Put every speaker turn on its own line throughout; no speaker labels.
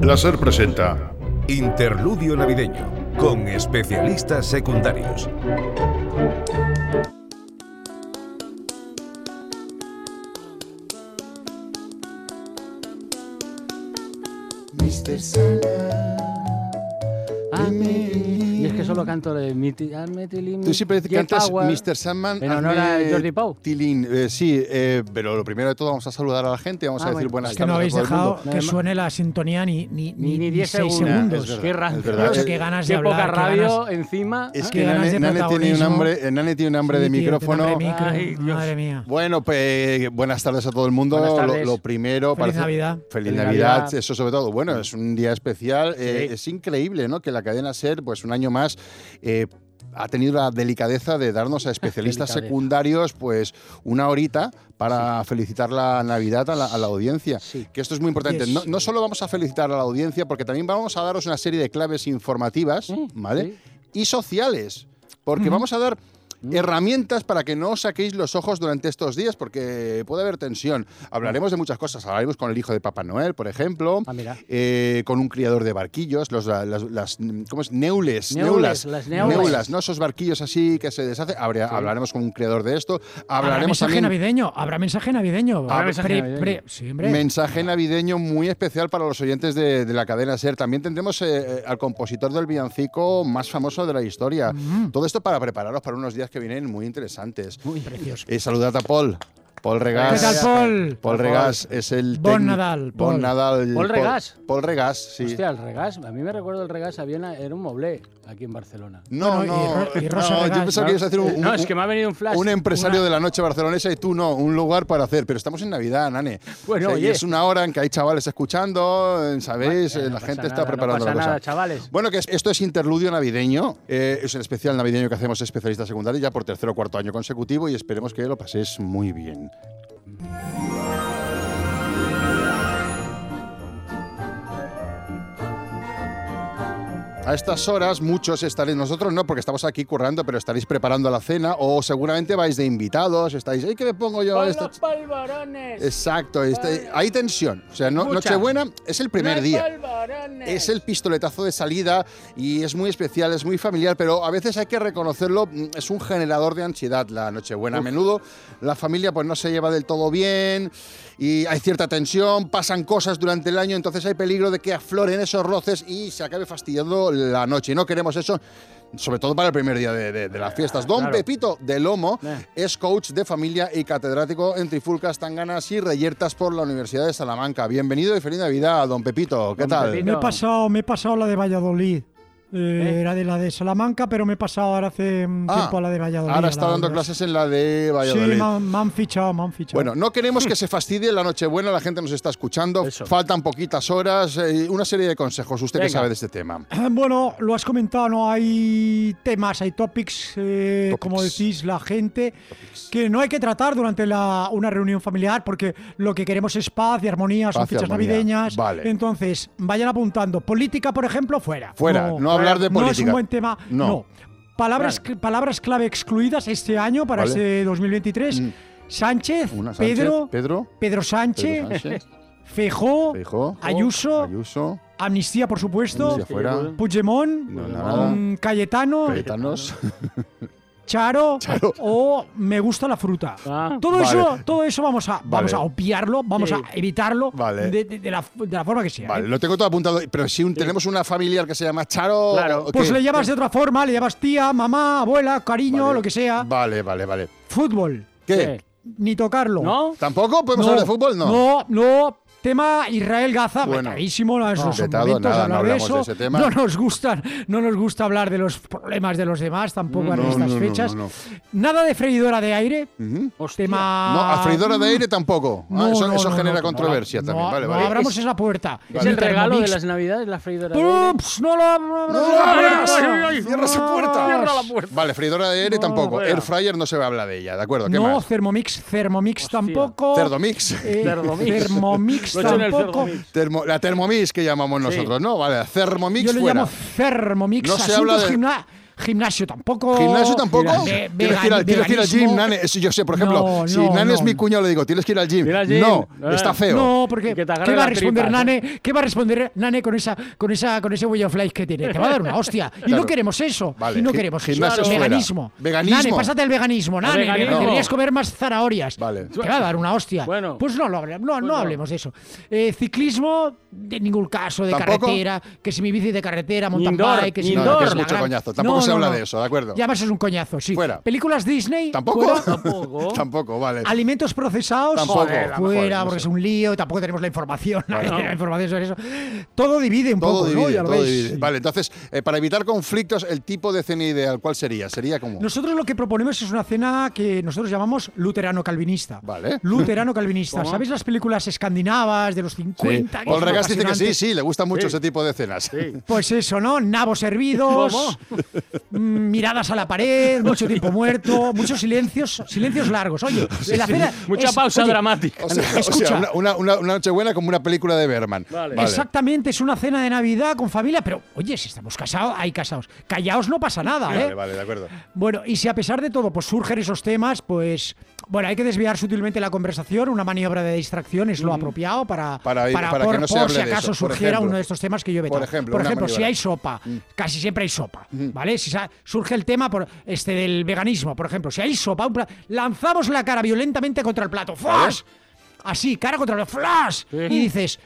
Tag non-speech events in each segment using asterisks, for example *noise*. Placer presenta
Interludio navideño con especialistas secundarios.
Mr. Sala.
Ameti- Y es que solo canto de Miti- Ametilim-
Tú siempre
Jet
cantas
Power.
Mr. Sandman.
en honor a
hazme
Jordi Pau.
Tilín. Eh, sí, eh, pero lo primero de todo vamos a saludar a la gente, vamos
Ah,
a decir
bueno.
buenas
Es que
tardes.
no
a
habéis
todo el mundo.
dejado que
Además-
suene la sintonía ni, ni,
Ni-
ni,
ni 10
seis
segundos.
segundos.
Es verdad,
Qué
es
rancio.
verdad.
Dios,
Eh,
qué ganas de
Qué
hablar.
poca
qué ganas-
radio encima.
Es
¿eh?
que
Qué ganas
Nane,
de
Nane tiene un
protagonismo.
hambre, eh, Nane tiene un hambre de
Sí, tío, qué
micrófono.
hambre de micro.
Ay, Dios.
Madre mía.
Bueno, pues, buenas tardes a todo el mundo.
Buenas
Lo-
tardes.
Lo, primero,
Feliz Navidad.
Feliz,
Feliz
Navidad,
Navidad.
eso sobre todo. Bueno, es un día especial. eh, es increíble, ¿no? Que la cadena Ser, pues un año más. eh, ha tenido la delicadeza de darnos a especialistas
*laughs* Delicadeza.
secundarios, pues una horita para felicitar la Navidad a la, a la audiencia.
Sí.
Que esto es muy importante.
Yes.
No, no solo vamos a felicitar a la audiencia, porque también vamos a daros una serie de claves informativas,
Sí,
¿vale?
sí.
y sociales, porque vamos a dar herramientas para que no os saquéis los ojos durante estos días, porque puede haber tensión. Hablaremos de muchas cosas, hablaremos con el hijo de Papá Noel, por ejemplo,
Ah, mira.
eh, con un criador de barquillos, los, las, las- ¿cómo es? Neules,
Neules, las neulas.
¿no? Esos barquillos así que se deshacen. Habría- Hablaremos con un criador de esto,
Habrá
hablaremos también...
mensaje navideño. Habrá mensaje navideño.
Habrá mensaje
Pre-
navideño.
pre- sí, hombre.
Mensaje navideño muy especial para los oyentes de, de la cadena Ser. También tendremos eh, eh, al compositor del villancico más famoso de la historia.
Mm.
Todo esto para prepararos para unos días que vienen muy interesantes.
Uy, precioso.
Eh, saludad a Paul. Paul Regás.
¿Qué tal, Paul?
Paul Regás es el
Bon
técnico-
Nadal,
Bon
Paul.
Nadal.
Paul Regás.
Paul Regás, sí.
Hostia, el regás. A mí me recuerdo el regás. Había una- era un moblé aquí en Barcelona.
No,
Bueno, y
no,
Ro- y
no,
Rosa
yo
Regás,
pensaba que
¿no?
ibas a hacer un,
No,
un-
es que me ha venido un flash.
un empresario de la noche barcelonesa y tú no, un lugar para hacer. Pero estamos en Navidad, nane.
Bueno,
O sea, y
oye.
es una hora en que hay chavales escuchando, eh, ¿sabéis?
Eh,
Eh,
no
la
pasa
gente
nada,
está preparando
No
la
pasa
cosa.
nada, chavales.
Bueno, que es- esto es Interludio Navideño, eh, es el especial navideño que hacemos especialistas secundarios ya por tercer o cuarto año consecutivo y esperemos que lo paséis muy bien. A estas horas muchos estaréis, nosotros no, porque estamos aquí currando, pero estaréis preparando la cena o seguramente vais de invitados, estáis, ¿ay, qué me pongo yo?
¡Pon
Esto-
los polvorones!
Exacto, este- hay tensión. O sea, no,
Mucha.
Nochebuena es el primer
¡Los
día.
polvorones!
Es el pistoletazo de salida y es muy especial, es muy familiar, pero a veces hay que reconocerlo, mm, es un generador de ansiedad la Nochebuena. A menudo la familia pues no se lleva del todo bien y hay cierta tensión, pasan cosas durante el año, entonces hay peligro de que afloren esos roces y se acabe fastidiando la noche. Y no queremos eso. Sobre todo para el primer día de, de- de las fiestas. Don
Ah, claro.
Pepito de Lomo
Eh.
es coach de familia y catedrático en Trifulcas, Tanganas y Reyertas por la Universidad de Salamanca. Bienvenido y feliz Navidad, don Pepito. ¿Qué
Don
tal?
Pepito.
Me he
No.
pasado, me he pasado la de Valladolid. Eh,
¿Eh?
Era de la de Salamanca, pero me he pasado ahora hace un
Ah,
tiempo a la de Valladolid.
Ahora
a
está
la
dando
otra.
clases en la de Valladolid.
Sí, me han, me han fichado, me han fichado.
bueno, no queremos que se fastidie la Nochebuena, la gente nos está escuchando,
Eso.
faltan poquitas horas, eh, una serie de consejos, usted que
Venga.
sabe de este tema.
Ah, Bueno, lo has comentado, ¿no? Hay temas, hay topics, eh,
Topics.
como decís la gente, que no hay que tratar durante la- una reunión familiar porque lo que queremos es paz y armonía, son
Paz y
fichas
armonía,
navideñas.
vale.
Entonces, vayan apuntando. Política, por ejemplo, fuera.
Fuera, no hablar de
No es
política.
un buen tema.
No.
No. Palabras, palabras clave excluidas este año para
Vale.
este 2023.
Mm.
Sánchez,
Una Sánchez,
Pedro,
Pedro,
Pedro Sánchez,
Pedro Sánchez,
Feijó,
Feijó,
Ayuso,
Ayuso,
Amnistía, por supuesto.
Amnistía fuera,
Puigdemont,
no, nada,
mm, Cayetano,
Cayetanos.
*laughs* Charo,
Charo.
o Me gusta la fruta.
Ah.
Todo,
Vale.
eso, todo eso vamos a, vamos a
Vale.
obviarlo, vamos
Sí.
a evitarlo
Vale.
de, de- de la, de la forma que sea.
Vale,
¿eh?
lo tengo todo apuntado, pero si un- tenemos una familiar que se llama Charo,
Claro.
¿o
Pues
qué?
le llamas de otra forma, le llamas tía, mamá, abuela, cariño,
Vale.
lo que sea.
Vale, vale, vale.
Fútbol,
¿Qué?
ni tocarlo.
¿No?
¿Tampoco podemos
No,
hablar de fútbol? No.
No, no. Tema Israel Gaza,
Bueno.
vetadísimo, no, esos son
Vetado,
momentos
nada,
hablar
no
de
hablamos de
eso.
ese tema.
No nos gustan, no nos gusta hablar de los problemas de los demás tampoco pues en
No,
estas
no, no,
fechas.
no, no.
Nada de freidora de aire,
Ujú.
Hostia.
tema
No, a freidora de aire tampoco. Ah,
No,
eso
no,
eso
no,
genera
no,
controversia
no,
también.
no,
vale,
no
vale.
abramos esa puerta.
¿Es el
Ni
regalo de
Thermomix.
las navidades, la freidora de aire?
Ups, no la no,
¡No
la
abras!
abras.
¡Cierra esa
No
puerta!
abras.
Cierra la puerta.
Vale, freidora de aire
No,
tampoco.
fuera.
Air fryer no se habla de ella, ¿de acuerdo? ¿Qué
No,
más?
Thermomix, Thermomix
Hostia.
tampoco.
*laughs* Thermomix.
Eh,
*laughs* Thermomix.
Thermomix
Lo he hecho en el
tampoco.
Thermomix.
Termo- la Thermomix que llamamos
Sí.
nosotros, ¿no? Vale, Thermomix
Yo le
fuera.
llamo Thermomix.
No se
asuntos
habla de-
gimna- Gimnasio tampoco.
¿Gimnasio tampoco?
Ve-
Quiero
vegan-
Tienes que ir al, tienes que ir al gym,
veganismo.
Nane. Eso Yo sé, por ejemplo,
No,
si
no,
Nane es
no.
mi cuño, le digo, tienes que ir al gym.
Ir al gym.
No,
No,
está feo.
eh. No,
Y
porque
que
¿qué
te
va
agarre
a
las
responder
tripas, ¿eh?
Nane? ¿Qué va a responder Nane con esa con esa con ese way of life que tiene? Te va a dar una hostia. Y
Claro.
no queremos eso.
Vale,
Y no
gi-
queremos
gimnasio
eso.
fuera.
Veganismo.
Veganismo.
Nane, pásate al veganismo, Nane.
veganismo.
Deberías comer más zanahorias.
Vale.
Te va a dar una hostia.
Bueno.
Pues no, lo hable- no, no
no.
hablemos de eso. Eh, ciclismo, de ningún caso, de
¿Tampoco?
carretera, que si mi bici de carretera, mountain
Indoor,
bike, eh, que si
indoor.
no,
No,
que
es
si la
mucho
gran-
coñazo. Tampoco se habla de eso, ¿de acuerdo?
Y además es un coñazo, sí.
Fuera.
Películas Disney.
¿Tampoco?
fuera.
Tampoco.
*laughs* Tampoco, vale.
Alimentos procesados,
Tampoco.
Joder,
Joder,
fuera,
no
porque
sé.
es un lío, tampoco tenemos la información, *laughs*
Bueno.
la información sobre eso. Todo divide un
Todo
poco, ¿no?
divide,
Ya lo
todo
veis.
divide. Vale, entonces, eh, para evitar conflictos, el tipo de cena ideal, ¿cuál sería? Sería como.
Nosotros lo que proponemos es una cena que nosotros llamamos luterano-calvinista.
Vale.
Luterano-calvinista.
¿Cómo?
¿Sabéis las películas escandinavas de los 50? que
Paul
son
Regas dice que sí,
apasionantes?
sí, le gusta mucho
Sí.
ese tipo de cenas. *laughs*
Pues eso, ¿no? Nabos hervidos, mm, miradas a la pared, mucho tiempo muerto, muchos silencios, silencios largos. Oye, la cena
Mucha
es-
pausa
oye,
dramática.
Pues O sea, o sea,
Escucha.
una, una- una- una noche buena como una película de Berman.
Vale.
Exactamente, es una cena de Navidad con familia, pero oye, si estamos casados, hay casados. Callaos no pasa nada, ¿eh?
Vale, vale, de acuerdo.
Bueno, y si a pesar de todo pues surgen esos temas, pues bueno, hay que desviar sutilmente la conversación, una maniobra de distracción es lo apropiado para,
Mm. Para ir- para que
por,
no se
por
hable
si
de
acaso
eso, por
surgiera
ejemplo.
uno de estos temas que yo he vetado.
Por ejemplo, una
si
maniobra. Mm.
hay sopa, casi siempre hay sopa, ¿vale? Si sa- surge el tema por este del veganismo, por ejemplo, si hay sopa, un pla- lanzamos la cara violentamente contra el plato, ¡flash! Así, cara contra el flash,
Sí.
y dices,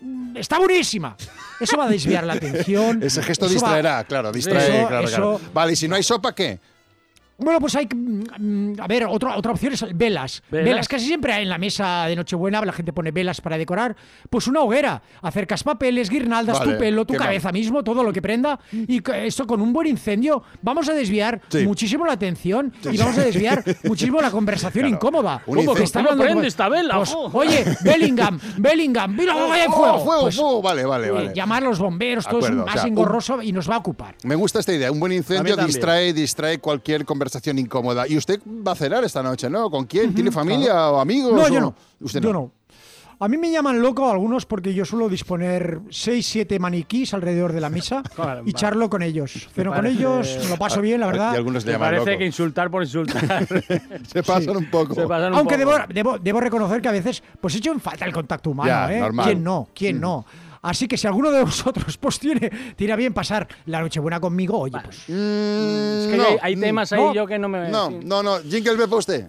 "Mm, está buenísima. Eso va a desviar
*laughs*
la atención.
Ese gesto
eso va-
distraerá, claro, distrae,
Eso-
claro,
eso-
claro. Vale, y si no hay sopa, ¿qué?
Bueno, pues hay. que- mm, mm, A ver, otra otra opción es velas.
Velas.
velas. casi siempre hay en la mesa de Nochebuena, la gente pone velas para decorar. Pues una hoguera. Acercas papeles, guirnaldas,
Vale,
tu pelo, tu
qué mal.
cabeza mismo, todo lo que prenda. Y co- esto con un buen incendio vamos a desviar
Sí.
muchísimo la atención y vamos a
*laughs*
desviar muchísimo la conversación
Claro.
incómoda.
Un incendio.
Que
¿Cómo
hablando
prende
como-
esta vela? Oh.
Pues,
Jo. *laughs*
oye, Bellingham, Bellingham, mira cómo hay fuego.
Oh, fuego,
Pues,
fuego. Vale, vale,
eh,
vale.
Llamar a los bomberos,
De
todo
acuerdo,
es
o
más
sea, un-
engorroso y nos va a ocupar.
Me gusta esta idea. Un buen incendio
también.
distrae, distrae cualquier conversación incómoda. Y usted va a cenar esta noche, ¿no? ¿Con quién? ¿Tiene familia o amigos?
No,
o-
yo no.
Usted
yo no. A mí me llaman loco algunos porque yo suelo disponer 6, 7 maniquís alrededor de la
*laughs*
mesa
Caramba.
y charlo con ellos. Pero con
parece-
ellos
*laughs*
me lo paso bien, la
Y
verdad.
algunos le
Me
llaman
parece
loco.
que insultar por insultar.
*laughs* Se pasan un poco.
Se pasan un
Aunque
poco.
debo, debo- debo reconocer que a veces pues echo en falta el contacto humano.
Ya,
¿eh?
normal. Mm.
¿Quién no? ¿Quién no? Así que si alguno de vosotros pues tiene, tira bien pasar la noche buena conmigo, oye, pues...
Mm,
Es que
no,
hay, hay
mm,
temas ahí
no,
yo que no me.
No,
sí.
no, no. Jingle bell para usted.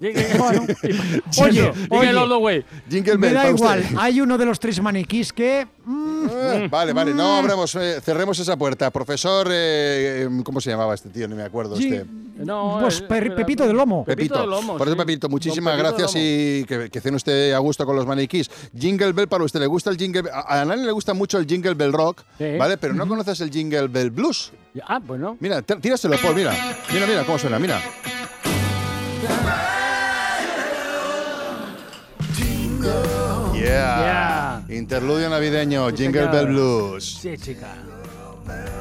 Llegue-
*laughs*
*laughs*
Oye,
Eso, llegue
oye.
el other way.
Jingle
Me
bell
da
para
igual,
usted.
hay uno de los tres maniquís que... mm,
Eh, *laughs* Vale, vale,
Mm.
no abramos, eh, cerremos esa puerta. Profesor, eh, ¿cómo se llamaba este tío? No me acuerdo.
sí,
Este.
No,
pues
eh,
Pe-
espera,
Pepito del Lomo.
Pepito del Lomo,
Por eso,
sí.
Pepito,
Don
muchísimas
Pepito del
gracias
Lomo.
y que, que cene usted a gusto con los maniquís. Jingle Bell para usted, ¿le gusta el Jingle Bell? A a Nani le gusta mucho el Jingle Bell Rock,
Sí.
¿vale? Pero no conoces el Jingle Bell Blues.
Ah, pues no.
Mira, t- tíraselo, Paul, mira. Mira, mira cómo suena, mira. Yeah. Interludio navideño, Jingle
señor.
Bell Blues.
Sí, chica.
Oh,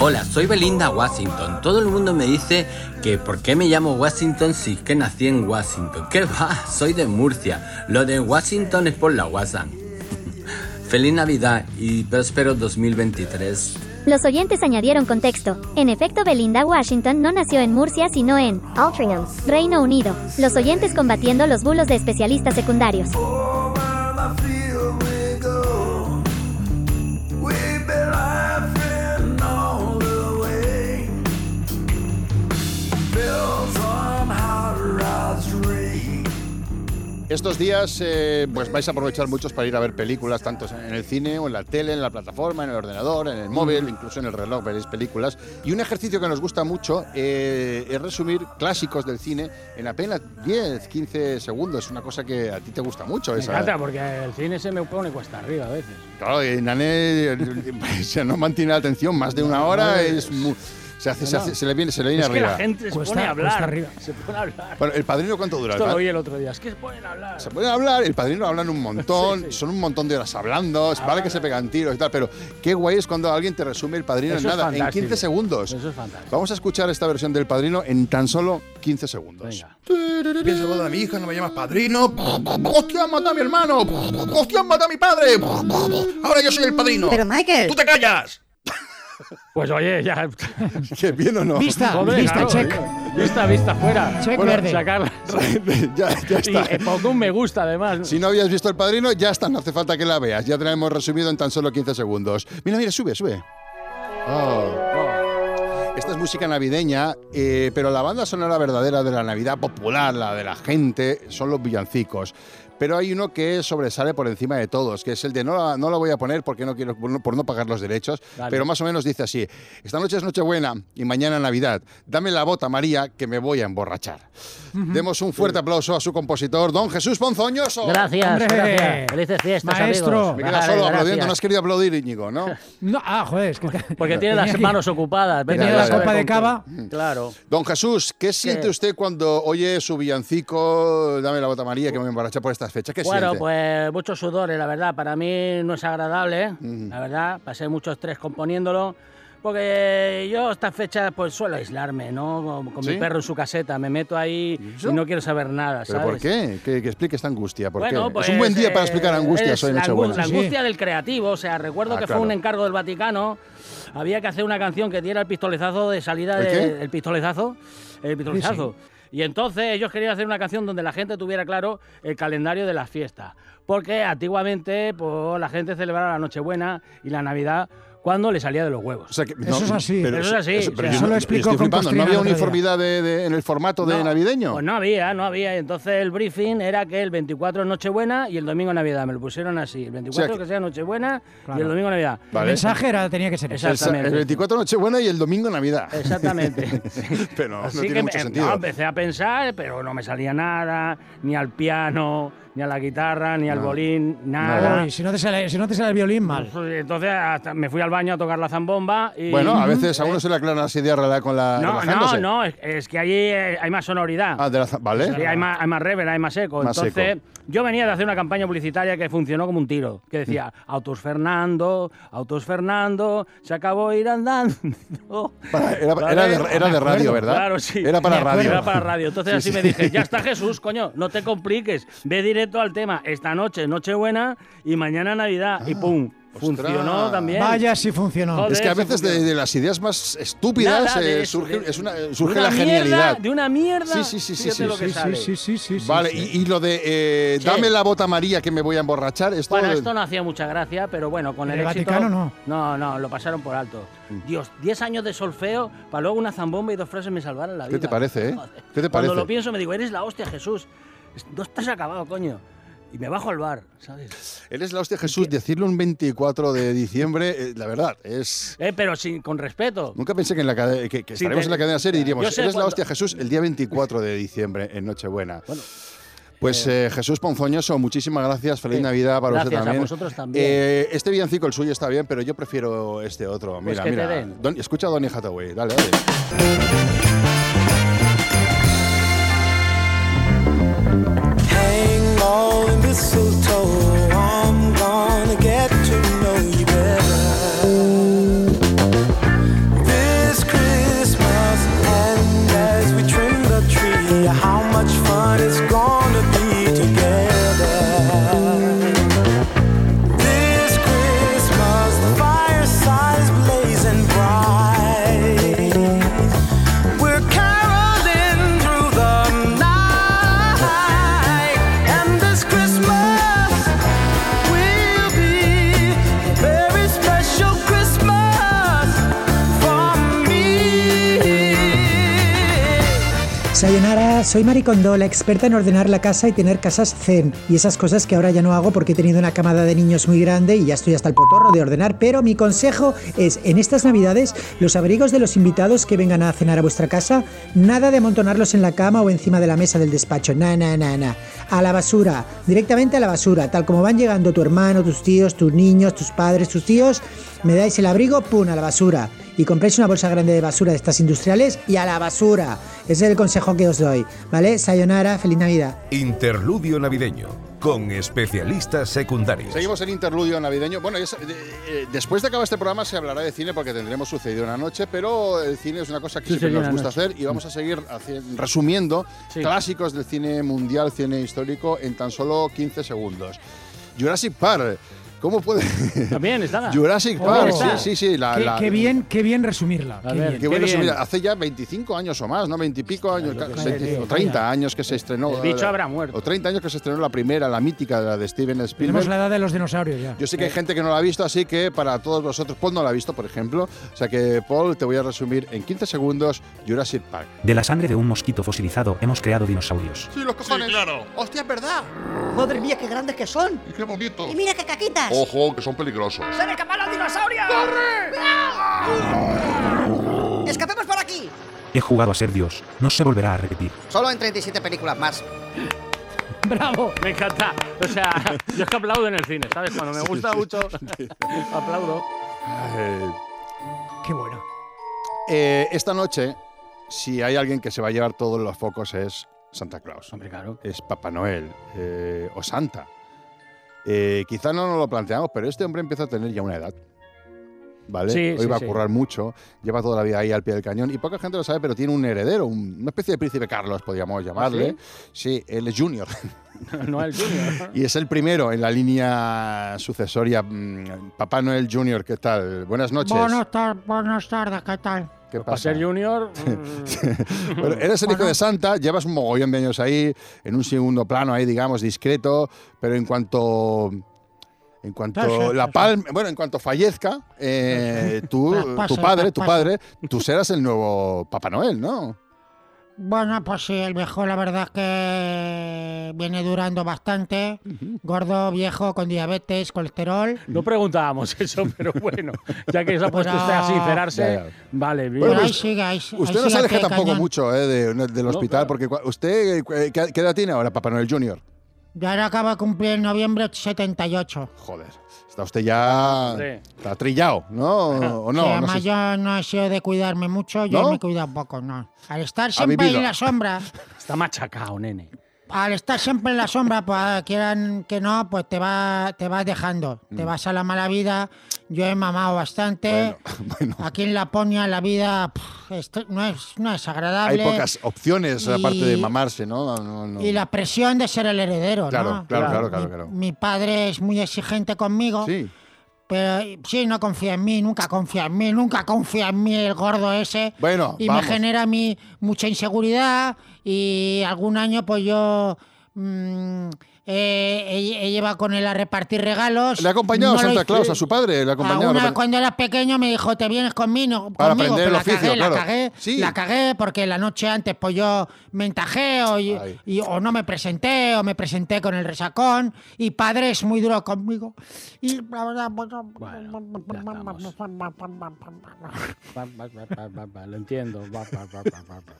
Hola, soy Belinda Washington. Todo el mundo me dice que por qué me llamo Washington si es que nací en Washington. ¿Qué va? *laughs* Soy de Murcia. Lo de Washington es por la WhatsApp. *laughs* Feliz Navidad y próspero 2023.
Los oyentes añadieron contexto. En efecto, Belinda Washington no nació en Murcia, sino en Altrincham, Reino Unido. Los oyentes combatiendo los bulos de especialistas secundarios.
Estos días eh, pues vais a aprovechar muchos para ir a ver películas, tanto en el cine o en la tele, en la plataforma, en el ordenador, en el móvil, incluso en el reloj veréis películas. Y un ejercicio que nos gusta mucho eh, es resumir clásicos del cine en apenas 10, 15 segundos. Una cosa que a ti te gusta mucho.
Me
esa.
encanta porque el cine se me pone cuesta arriba a veces.
*laughs* Claro, y Nane eh, se no mantiene la atención más de una hora. Es mu- Se, hace, se, hace- se le viene, se le viene
Es que
arriba.
la gente se
Cuesta-
pone a
cuesta
hablar.
arriba.
Se pone a hablar.
Bueno, ¿el padrino cuánto dura? El
Esto lo
pa-
oí el otro día. Es que se ponen a hablar.
se pueden hablar, el padrino hablan un
*laughs*
montón, son un montón de horas hablando,
Ah,
es vale que se pegan tiros y tal, pero qué guay es cuando alguien te resume el padrino
Eso
en
es
nada, en
fantástico.
15 segundos.
Eso es fantástico.
Vamos a escuchar esta versión del padrino en tan solo 15 segundos.
Venga.
Pienso en la boda de mi hija, no me llamas padrino. ¡Hostia, han matado a mi hermano! ¡Hostia, han matado a mi padre! ¡Ahora yo soy el padrino!
Pero Michael,
¡Tú te callas!
Pues oye,
*laughs*
ya.
¿Qué bien o no?
Vista, vista,
claro,
check.
Vista, vista, fuera.
Check
Bueno,
verde.
Sacar.
*laughs* ya, ya
Y
está.
eh, pongo un me gusta, además.
Si no habías visto el padrino, ya está, no hace falta que la veas. Ya te la hemos resumido en tan solo 15 segundos. Mira, mira, sube, sube. Oh. Esta es música navideña, eh, pero la banda sonora verdadera de la Navidad popular, la de la gente, son los villancicos. Pero hay uno que sobresale por encima de todos, que es el de no la, no la voy a poner porque no quiero por no- por no pagar los derechos,
Dale.
pero más o menos dice así: Esta noche es Nochebuena y mañana Navidad. Dame la bota, María, que me voy a emborrachar. Demos un fuerte aplauso a su compositor, don Jesús Ponzoñoso.
Gracias,
Hombre.
gracias. Felices fiestas,
Maestro.
amigos.
Me queda
Vale,
solo
gracias.
aplaudiendo, no has querido aplaudir, Íñigo, ¿no?
No, ah, joder, es que *laughs*
Porque tiene
Tenía
las
aquí-
manos ocupadas. vete
tenía
a
la
saber
copa de
con qué.
cava.
*laughs* Claro.
Don Jesús, ¿qué siente usted cuando oye su villancico, dame la bota María, que me embaracha por estas fechas? ¿Qué
Bueno,
siente?
pues muchos sudores, la verdad. Para mí no es agradable, ¿eh? la verdad. Pasé mucho estrés componiéndolo. Porque yo estas fechas pues suelo aislarme, ¿no? Con, con
¿Sí?
mi perro en su caseta. Me meto ahí y no quiero saber nada,
¿Pero
¿sabes?
por qué? Que, que explique esta angustia. ¿por
Bueno,
qué?
pues,
es un buen día para
eh,
explicar angustias
es
hoy en
la angu-
Nochebuena.
La angustia del creativo, o sea, recuerdo
Ah,
que
claro.
fue un encargo del Vaticano. Había que hacer una canción que diera el pistoletazo de salida
¿El
del
qué?
pistoletazo. El pistoletazo. Y entonces ellos querían hacer una canción donde la gente tuviera claro el calendario de las fiestas. Porque antiguamente pues, la gente celebraba la Nochebuena y la Navidad cuando le salía de los
O
huevos.
sea que-
Eso es así.
Eso es así, o sea,
yo
eso
lo
no-
explicó
estoy
con
flipando, ¿No
Costrina
había
el otro día.
uniformidad de- de- en el formato de
No,
navideño?
Pues no había, no había. Entonces el briefing era que el 24 es Nochebuena y el domingo Navidad. Me lo pusieron así. El 24
O sea que-
que, sea Nochebuena y
Claro.
el domingo Navidad.
El mensaje era, tenía que ser ese.
El sa- el,
exactamente.
24 Nochebuena y el domingo Navidad.
Exactamente. Sí.
*laughs* Pero no
Así
tiene
que
mucho
me-
sentido.
no, empecé a pensar, pero no me salía nada, ni al piano, ni a la guitarra, ni al
No.
bolín, nada.
Uy, si, no te sale, si no te sale el violín, mal.
Entonces hasta me fui al baño a tocar la zambomba y...
Bueno, a veces a
Eh.
uno se le aclaran las ideas ¿verdad? con la.
No, no,
relajándose.
no, es, es que allí eh, hay más sonoridad.
Ah, de la- vale.
Sí, hay más, hay más reverb, hay más eco.
Más
Entonces,
eco.
yo venía de hacer una campaña publicitaria que funcionó como un tiro, que decía,
Mm.
autos Fernando, autos Fernando, se acabó ir andando. *laughs*
Para- era,
¿Vale?
era de, era de radio, ¿verdad?
Claro, sí.
Era para
Me acuerdo.
radio.
Era para radio. Entonces
Sí,
así
sí.
me dije, ya está Jesús, coño, no te compliques, ve directo al tema, esta noche, Nochebuena y mañana Navidad, y pum, funcionó
Ah, ostras.
también.
Ah. Vaya si funcionó.
Joder.
Es que a
Eso
veces de,
funciona.
de las ideas más estúpidas
Nada de
eh,
eso,
surge,
de-
es una- eh,
de
surge
una
la
mierda,
genialidad.
De una
Sí,
mierda.
sí, sí, sí,
fíjate
sí,
lo que
sí,
sale.
sí, sí, sí,
vale,
sí.
Y, y lo de eh,
Sí.
dame la bota María que me voy a emborrachar. Esto,
Bueno, esto no hacía mucha gracia, pero bueno, con
¿En
el,
el
éxito-
Vaticano no?
No, no, lo pasaron por alto.
Mm.
Dios, 10 años de solfeo para luego una zambomba y dos frases me salvaron la
¿Qué
vida.
te parece, eh?
Joder.
¿Qué te
Cuando
parece?
lo pienso me digo, eres la hostia, Jesús. No estás acabado, coño. Y me bajo al bar, ¿sabes?
Eres la hostia Jesús, decirlo un 24 de diciembre, eh, la verdad, es...
Eh, pero sin, con respeto.
Nunca pensé que, en la cade- que, que
Sí,
estaremos
te-
en la cadena serie y diríamos,
Yo sé
eres la
cuando-
hostia Jesús el día 24 de diciembre, en Nochebuena. pues eh, Jesús Ponzoñoso, muchísimas gracias, feliz
Sí.
Navidad para usted
Gracias a
también.
vosotros también.
Eh, este villancico, el suyo, está bien, pero yo prefiero este otro.
Pues
Mira,
que te
mira.
den.
Don- escucha a Donny Hathaway, dale, dale.
Hang all in mistletoe. I'm gonna get to know you better this Christmas. And as we trim the tree, how much fun it's gonna be together. This Christmas, the fireside's blazing bright. We're caroling through the night, and this Christmas will be a very special Christmas for me.
Sayonara, soy Maricondo, la experta en ordenar la casa y tener casas zen. Y esas cosas que ahora ya no hago porque he tenido una camada de niños muy grande y ya estoy hasta el potorro de ordenar. Pero mi consejo es, en estas navidades, los abrigos de los invitados que vengan a cenar a vuestra casa, nada de amontonarlos en la cama o encima de la mesa del despacho. Na, na, na, na. A la basura, directamente a la basura. Tal como van llegando tu hermano, tus tíos, tus niños, tus padres, tus tíos, me dais el abrigo, pum, a la basura.
y compráis una bolsa grande de basura de estas industriales y a la basura. Ese es el consejo que os doy, ¿vale? Sayonara, feliz Navidad.
Interludio navideño con especialistas secundarios.
Seguimos el interludio navideño. Bueno, es- de- eh, después de acabar este programa se hablará de cine porque tendremos sucedido una noche, pero el cine es una cosa que
Sí,
siempre
señor,
nos
una
gusta
noche.
hacer y vamos a seguir haci- resumiendo clásicos del cine mundial, cine histórico, en tan solo 15 segundos. Jurassic Park. ¿Cómo puede...?
También está.
*laughs* Jurassic Park, sí, sí, sí. La,
Oh. qué,
la-
qué bien, qué bien resumirla.
A
qué
ver,
bien.
qué buena subida. Hace ya 25 años o más, ¿no? 20 y pico años,
lo que
ca-
sea,
20,
tío,
o 30
vaya.
años que se estrenó.
El bicho
eh,
habrá muerto.
O 30 años que se estrenó la primera, la mítica, la de Steven
Tenemos
Spielberg.
la edad de los dinosaurios ya. Eh,
Yo sé que hay gente que no la ha visto, así que para todos vosotros, Paul no la ha visto, por ejemplo. O sea que, Paul, te voy a resumir en 15 segundos Jurassic Park.
De la sangre de un mosquito fosilizado hemos creado dinosaurios.
Sí, los cojones.
claro.
¡Hostia, es verdad! ¡Madre mía, qué grandes que son!
¡Qué bonito!
¡Y mira qué caquitas!
Oh.
Ojo, que son peligrosos.
¡Se han escapado los dinosaurios! ¡Corre! ¡Escapemos por aquí!
He jugado a ser Dios. No se volverá a repetir.
Solo en 37 películas
*laughs*
más.
¡Bravo! Me encanta. O sea, yo es que aplaudo en el cine, ¿sabes? Cuando me gusta
*laughs*
mucho, aplaudo.
Qué bueno.
Eh, esta noche, si hay alguien que se va a llevar todos los focos, es Santa Claus. Hombre, claro. Es Papá Noel eh, o Santa. Eh, quizá no nos lo planteamos, pero este hombre empieza a tener ya una edad. ¿Vale?
Sí,
Hoy
sí,
va a
sí.
currar mucho, lleva toda la vida ahí al pie del cañón y poca gente lo sabe, pero tiene un heredero, un- una especie de príncipe Carlos, podríamos llamarle. sí, él es Junior.
No el Junior.
Y es el primero en la línea sucesoria. mm, Papá Noel Junior, ¿qué tal? Buenas noches.
Buenas tardes, buenas tardes, ¿qué tal?
¿Qué
Para
pasa? *laughs*
ser Junior,
Bueno, eres el hijo de Santa, llevas un mogollón de años ahí, en un segundo plano ahí, digamos, discreto, pero en cuanto. En cuanto
Sí, sí,
la
sí,
palma, bueno, en cuanto fallezca, eh, tú,
Pues pasa,
tu padre,
pues
tu
pasa.
padre, tú serás el nuevo Papá Noel, ¿no?
Bueno, pues sí, el viejo la verdad es que viene durando bastante. Gordo, viejo, con diabetes, colesterol.
no preguntábamos *laughs* eso, pero bueno, ya que se ha puesto
Pero-
usted a sincerarse,
Ya, ya.
Eh, vale, bien.
Pero ahí
us-
sigue, ahí sigue,
pues, Usted
ahí
no
sigue
se
al
aleja
pie del
tampoco
cañón.
mucho eh, de- del hospital, porque cua- usted, eh, ¿qué qué edad tiene ahora, Papá Noel Junior?
Ya ahora acaba de cumplir en noviembre 78.
Joder, está usted ya.
Hombre.
Está trillado, ¿no? ¿O
Sí,
no? no
además
sé.
yo no he sido de cuidarme mucho, yo
¿No?
me he cuidado poco, no. Al estar siempre
vivido.
en
*laughs*
la sombra,
Está machacado, nene.
al estar siempre en la sombra, pues quieran que no, pues te va, te vas dejando,
Mm.
te vas a la mala vida. Yo he mamado bastante.
*laughs*
Aquí en Laponia la vida pff, est- no, es, no es
Hay
agradable.
pocas opciones,
Y-
aparte de mamarse, ¿no? No, no, no.
Y la presión de ser el heredero,
Claro,
¿no?
claro, claro, claro, claro.
Mi padre es muy exigente conmigo.
Sí.
Pero eh, sí, no confía en mí, nunca confía en mí, nunca confía en mí el gordo ese.
Bueno,
y
vamos.
me genera a mí mucha inseguridad y algún año pues yo mm, eh, he, he llevado con él a repartir regalos.
Le ha acompañado
No lo
Santa
hice-
Claus, a su padre, le ha acompañado.
Alguna,
le ha-
cuando era pequeño me dijo, te vienes conmigo.
Para
conmigo",
aprender
pero
el
la
oficio,
cagué,
claro.
La cagué,
Sí.
la cagué porque la noche antes pues yo me entajeo y,
Ay.
y- o no me presenté o me presenté con el resacón y padre es muy duro conmigo. Y la verdad, pues, no-
Pa, pa, pa, pa, pa, pa, Lo entiendo. Pa, pa, pa, pa, pa, pa.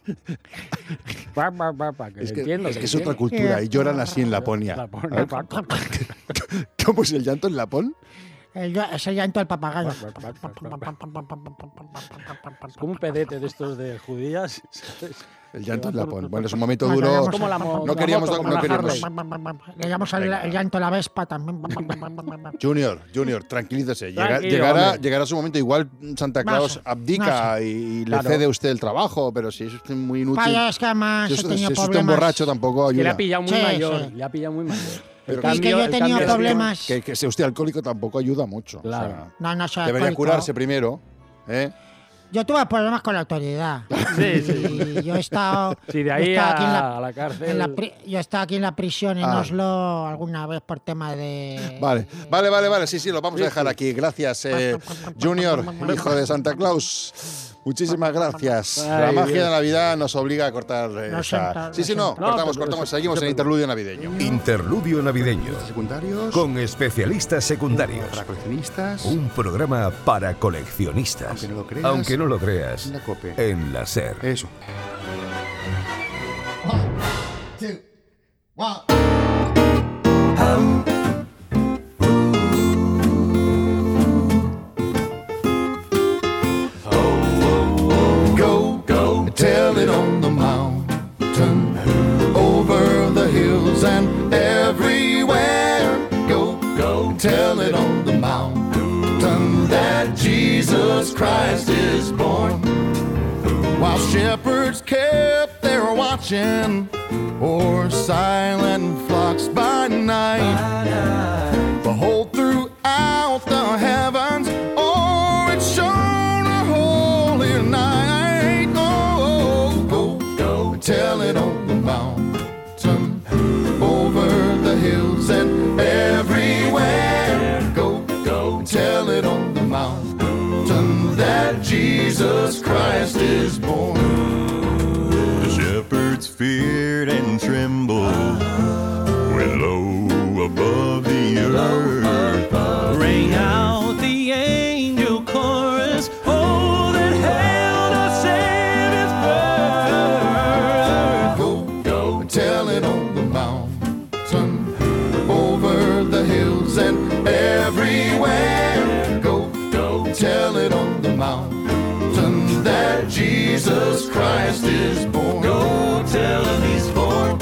Pa, pa, pa, pa, que
Es
lo
que,
entiendo,
es
que
que es
lo
otra
entiendo.
cultura y lloran así en Laponia.
Laponia, pa, pa, pa.
*laughs* ¿Cómo es el llanto en Lapón?
el llo- es el llanto del papagayo.
Es como un pedete de estos de judías. *laughs*
El llanto en Lapón. Bueno, es un
Cuando
momento
hagamos-
duro.
Como la mo-
No
la
queríamos.
moto, como
no
la
queríamos.
Le llamamos el, el llanto a la vespa
*laughs*
también.
Junior, Junior, tranquilícese. Llega-
Tranquilo,
llegará,
hombre.
llegará su momento. Igual Santa
No
Claus
sé,
abdica
no sé.
y, y le
Claro.
cede a usted el trabajo, pero si es usted muy inútil.
Vaya, es que además
si
he
es,
tenido
si es usted un
Ah, problemas.
borracho tampoco
Que le
ayuda.
ha pillado muy
Sí,
mayor.
sí.
Le ha pillado muy mayor.
Pero que- Es que yo he
el
tenido
cambio-
problemas.
Que, que sea usted alcohólico tampoco ayuda mucho. o sea,
No, no soy
debería
alcohólico.
curarse primero. ¿eh?
Yo tuve problemas con la autoridad.
Sí,
Y
sí.
Yo he estado.
*laughs* Sí, de
yo he
ahí
estado
a- a la cárcel.
en la pri- yo he estado aquí en la prisión en
Ah.
Oslo alguna vez por tema de.
Vale, vale, vale, vale. Sí, sí, lo vamos a dejar aquí. Gracias, eh, Junior, hijo de Santa Claus. Muchísimas gracias.
Ay,
La magia
Dios.
de Navidad nos obliga a cortar eh,
Lo
esa-
siento,
Sí,
lo
sí, no,
siento.
cortamos,
No, pero-
cortamos. Seguimos en interludio navideño.
Interludio navideño
Secundarios.
con especialistas secundarios.
Para coleccionistas.
Un programa para coleccionistas.
Aunque no lo creas.
Aunque no lo creas,
En la COPE.
En la SER.
Eso.
Oh,
Jesus Christ is born.
While shepherds kept their watching, or silent flocks by night, behold throughout the heavens, oh, it shone a holy night. Oh, Go, go, go, tell it on the mountain, over the hills and everywhere. Go, go, tell it on the mountain that Jesus Christ is born.
The shepherds feared and trembled when low above the earth rang out the angel chorus. Oh, that hail the Savior's birth!
Go, go, tell it on the mountain, over the hills and everywhere. Go, go, tell it on the mountain that Jesus Christ is born. Go, tell him he's born.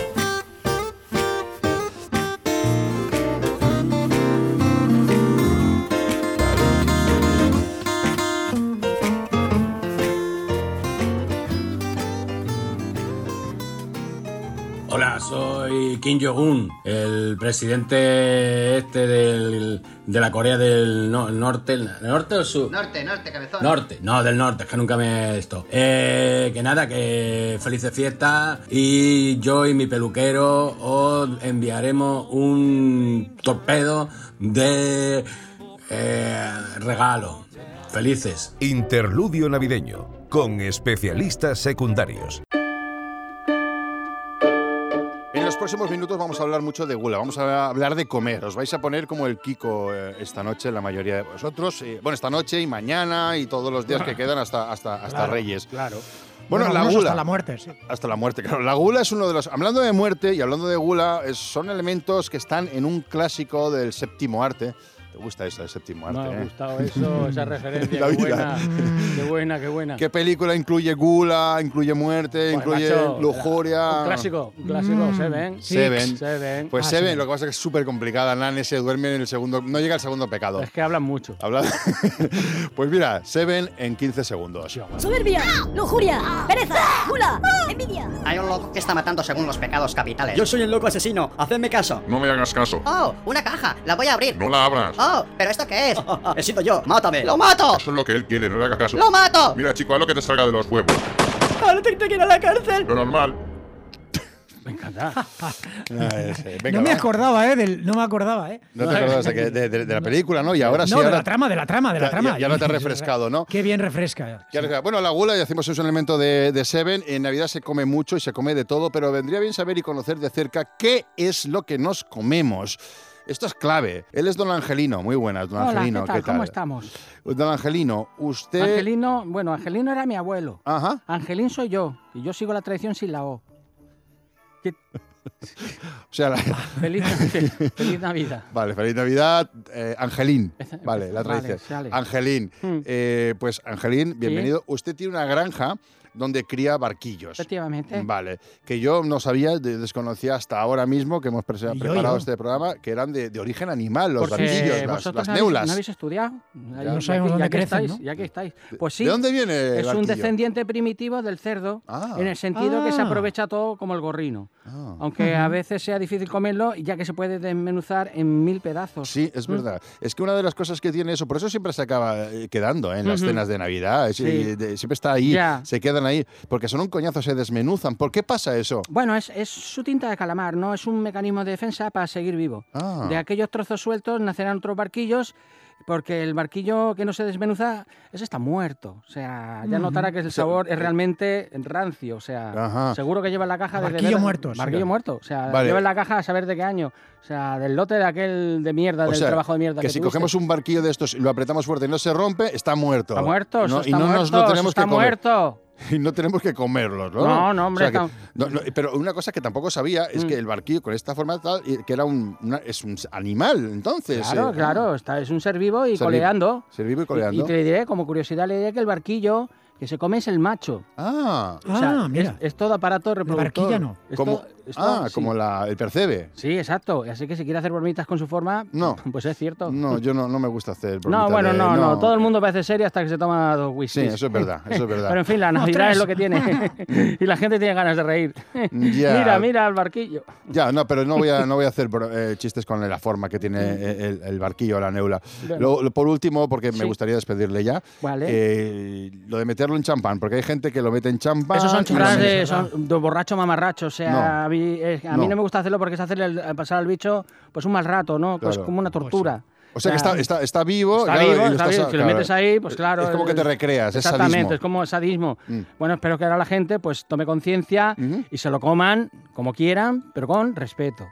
Hola, soy Kim Jong-un, el presidente este del- de la Corea del no- Norte. ¿del ¿Norte o sur?
Norte, norte, cabezón.
Norte, no, del norte, es que nunca me esto. Eh, que nada, que felices fiestas y yo y mi peluquero os enviaremos un torpedo de eh, regalo. Felices.
Interludio navideño con especialistas secundarios.
En los próximos minutos vamos a hablar mucho de gula, vamos a hablar de comer. Os vais a poner como el Kiko eh, esta noche, la mayoría de vosotros. Eh, bueno, esta noche y mañana y todos los días
*laughs*
que quedan hasta, hasta, hasta
Claro,
Reyes.
Claro.
Bueno, la
algunos
gula.
Hasta la muerte, sí.
Hasta la muerte, claro. La gula es uno de los. Hablando de muerte y hablando de gula, es- son elementos que están en un clásico del séptimo arte. ¿Te gusta eso del séptimo arte?
Me ha
eh?
gustado eso, esa referencia.
La
qué
vida.
buena, qué buena, qué
*laughs*
buena.
¿Qué película incluye gula, incluye muerte,
Pues,
incluye
macho,
lujuria?
Un clásico, un clásico, Seven.
Seven.
Seven.
Pues
Ah,
Seven,
Seven.
lo que pasa es que es súper complicada. Nan se duerme en el segundo. No llega al segundo pecado.
Es que hablan mucho.
Habla- *laughs* pues mira, Seven en 15 segundos.
Soberbia,
¡Ah!
lujuria, pereza, gula, envidia.
Hay un loco que está matando según los pecados capitales.
soy el loco asesino, hacedme caso. No me hagas caso.
Oh, una caja, la voy a abrir.
No la abras.
Oh, pero ¿esto
*laughs*
qué es?
He sido ah, yo, mátame.
¡Lo mato!
Eso es lo que él quiere, no le hagas caso.
¡Lo mato!
Mira, chico, haz lo que te salga de los huevos.
Ahora te que ir a la cárcel.
Lo normal.
Ah,
no me acordaba, ¿eh? del- no me acordaba, ¿eh?
No te acordabas de, que- de- de- de la película, ¿no? Y ahora sí.
No, de
ahora-
la trama, de la trama, de la
Ya-
trama.
Ya, ya no te has refrescado, ¿no?
Qué bien refresca.
Ya refresca. Bueno, la gula, ya decimos, es un elemento de, de Seven. En Navidad se come mucho y se come de todo, pero vendría bien saber y conocer de cerca qué es lo que nos comemos. Esto es clave. Él es don Angelino. Muy buenas, don
Hola, ¿qué
Mm. Angelino.
tal? ¿Cómo estamos?
Don Angelino, usted.
Angelino, bueno, Angelino era mi abuelo.
Ajá.
Angelín soy yo, y yo sigo la tradición sin la O.
O sea,
*laughs*
la-
Feliz,
*laughs*
feliz Navidad.
Vale, feliz Navidad, eh, Angelín. Vale, la
*laughs* Vale, Hmm.
tradición.
sale.
Angelín. Eh, pues Angelín, bienvenido. Usted tiene una granja donde cría barquillos.
Efectivamente.
Vale, que yo no sabía, de- desconocía hasta ahora mismo que hemos pre- preparado
yo.
este programa, que eran de, de origen animal, los
Porque
barquillos, las-
vosotros
las,
no habéis-
neulas.
No habéis estudiado.
Ya. No sabemos dónde crecen,
estáis,
¿no?
Ya que estáis. Pues sí.
¿De dónde viene el
Es un
barquillo?
descendiente primitivo del cerdo, en el sentido que se
Ah.
aprovecha todo como el gorrino.
Ah.
Aunque a
Ujú.
veces sea difícil comerlo, ya que se puede desmenuzar en mil pedazos. Mm.
Sí, es verdad. Es que una de las cosas que tiene eso, por eso siempre se acaba eh, quedando eh, en las
Ujú.
cenas de Navidad, es-
Sí.
eh, de- siempre está ahí,
Ya.
se quedan ahí, porque son un coñazo, se desmenuzan. ¿Por qué pasa eso?
Bueno, es, es su tinta de calamar, no es un mecanismo de defensa para seguir vivo.
Ah.
De aquellos trozos sueltos nacerán otros barquillos, porque el barquillo que no se desmenuza, ese está muerto. O sea, ya
Ujú.
notará que el
O sea,
eh,
sabor es realmente rancio. O sea,
Ajá.
seguro que lleva en la caja desde
Barquillo
ver-
muerto, sí.
Barquillo muerto. O sea,
Vale.
lleva en la caja a saber de qué año. O sea, del lote de aquel de mierda,
O
del
sea,
trabajo de mierda.
que,
Que,
si
tuviste.
cogemos un barquillo de estos y lo apretamos fuerte y no se rompe, está muerto.
Está muerto,
Y no-
eso
y
está
no
muerto,
nos lo
eso
tenemos
está
que comer.
muerto.
*laughs* Y no tenemos que comerlos, ¿no?
No, no, hombre,
O sea que-
está- Mm.
no, no, pero una cosa que tampoco sabía es que el barquillo con esta forma tal, y que era un, una- es un animal, entonces.
Claro,
eh,
claro, está, es un ser vivo y
Ser vivo.
coleando.
Ser vivo y
Y-
coleando.
Y, te diré, como curiosidad, le diré que el barquillo que se come es el macho.
Ah,
o sea,
Ah, mira.
Es, es todo aparato reproductor.
barquilla no.
Es
Como,
todo- Esto,
Ah,
sí.
como la, el percebe.
Sí, exacto. Así que si quiere hacer bromitas con su forma,
No.
*laughs* Pues es cierto.
No, yo no, no me gusta hacer.
No,
bromitas
bueno,
de-
no, no, Todo el mundo parece serio hasta que se toma dos
Sí,
whisky.
eso es verdad, eso es verdad.
*laughs* Pero en fin, la Navidad
Ostras.
es lo que tiene.
*laughs*
*laughs* y la gente tiene ganas de reír.
Ya.
Mira, mira al barquillo.
Ya, no, pero no voy a, no voy a hacer bro- eh, chistes con la forma que tiene eh, el, el barquillo, la neula.
Bueno.
Lo- lo- por último, porque me
Sí.
gustaría despedirle ya,
Vale.
eh, lo de meterlo en champán, porque hay gente que lo mete en champán.
Esos
y
son
lo
chorradas
mete-
de, son de borracho mamarracho. O sea,
No.
a, mí, eh, a mí
No.
no me gusta hacerlo porque es hacerle el- pasar al bicho pues un mal rato, ¿no? Pues
Claro.
como una tortura.
O sea que está, está, está vivo.
Está
claro, y
vivo,
lo
está
estás-
bien, Si lo
claro.
metes ahí, pues claro.
Es como que te recreas, es
Exactamente,
sadismo.
es como sadismo.
Mm.
Bueno, espero que ahora la gente pues tome conciencia y se lo coman como quieran, pero con respeto.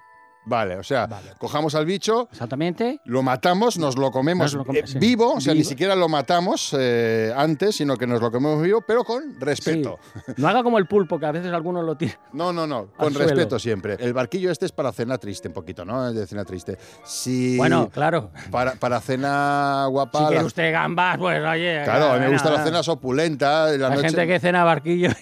Vale, o sea, cojamos al bicho.
Exactamente.
Lo matamos, nos lo comemos
Nos lo
eh,
comemos, sí.
vivo, o sea, ni
Vivo.
siquiera lo matamos eh, antes, sino que nos lo comemos vivo, pero con respeto.
No haga como el pulpo, que a veces algunos lo tiran.
No, no, no,
Al
*laughs* con
suelo.
respeto siempre. El barquillo este es para cena triste un poquito, ¿no? Es de cena triste. Si
Bueno, claro.
Para, para cena guapa.
Si quiere
la-
usted gambas, pues oye.
Claro, a mí me
nada,
gustan las
nada.
cenas opulentas. La
Hay
noche-
gente que cena barquillo. *laughs*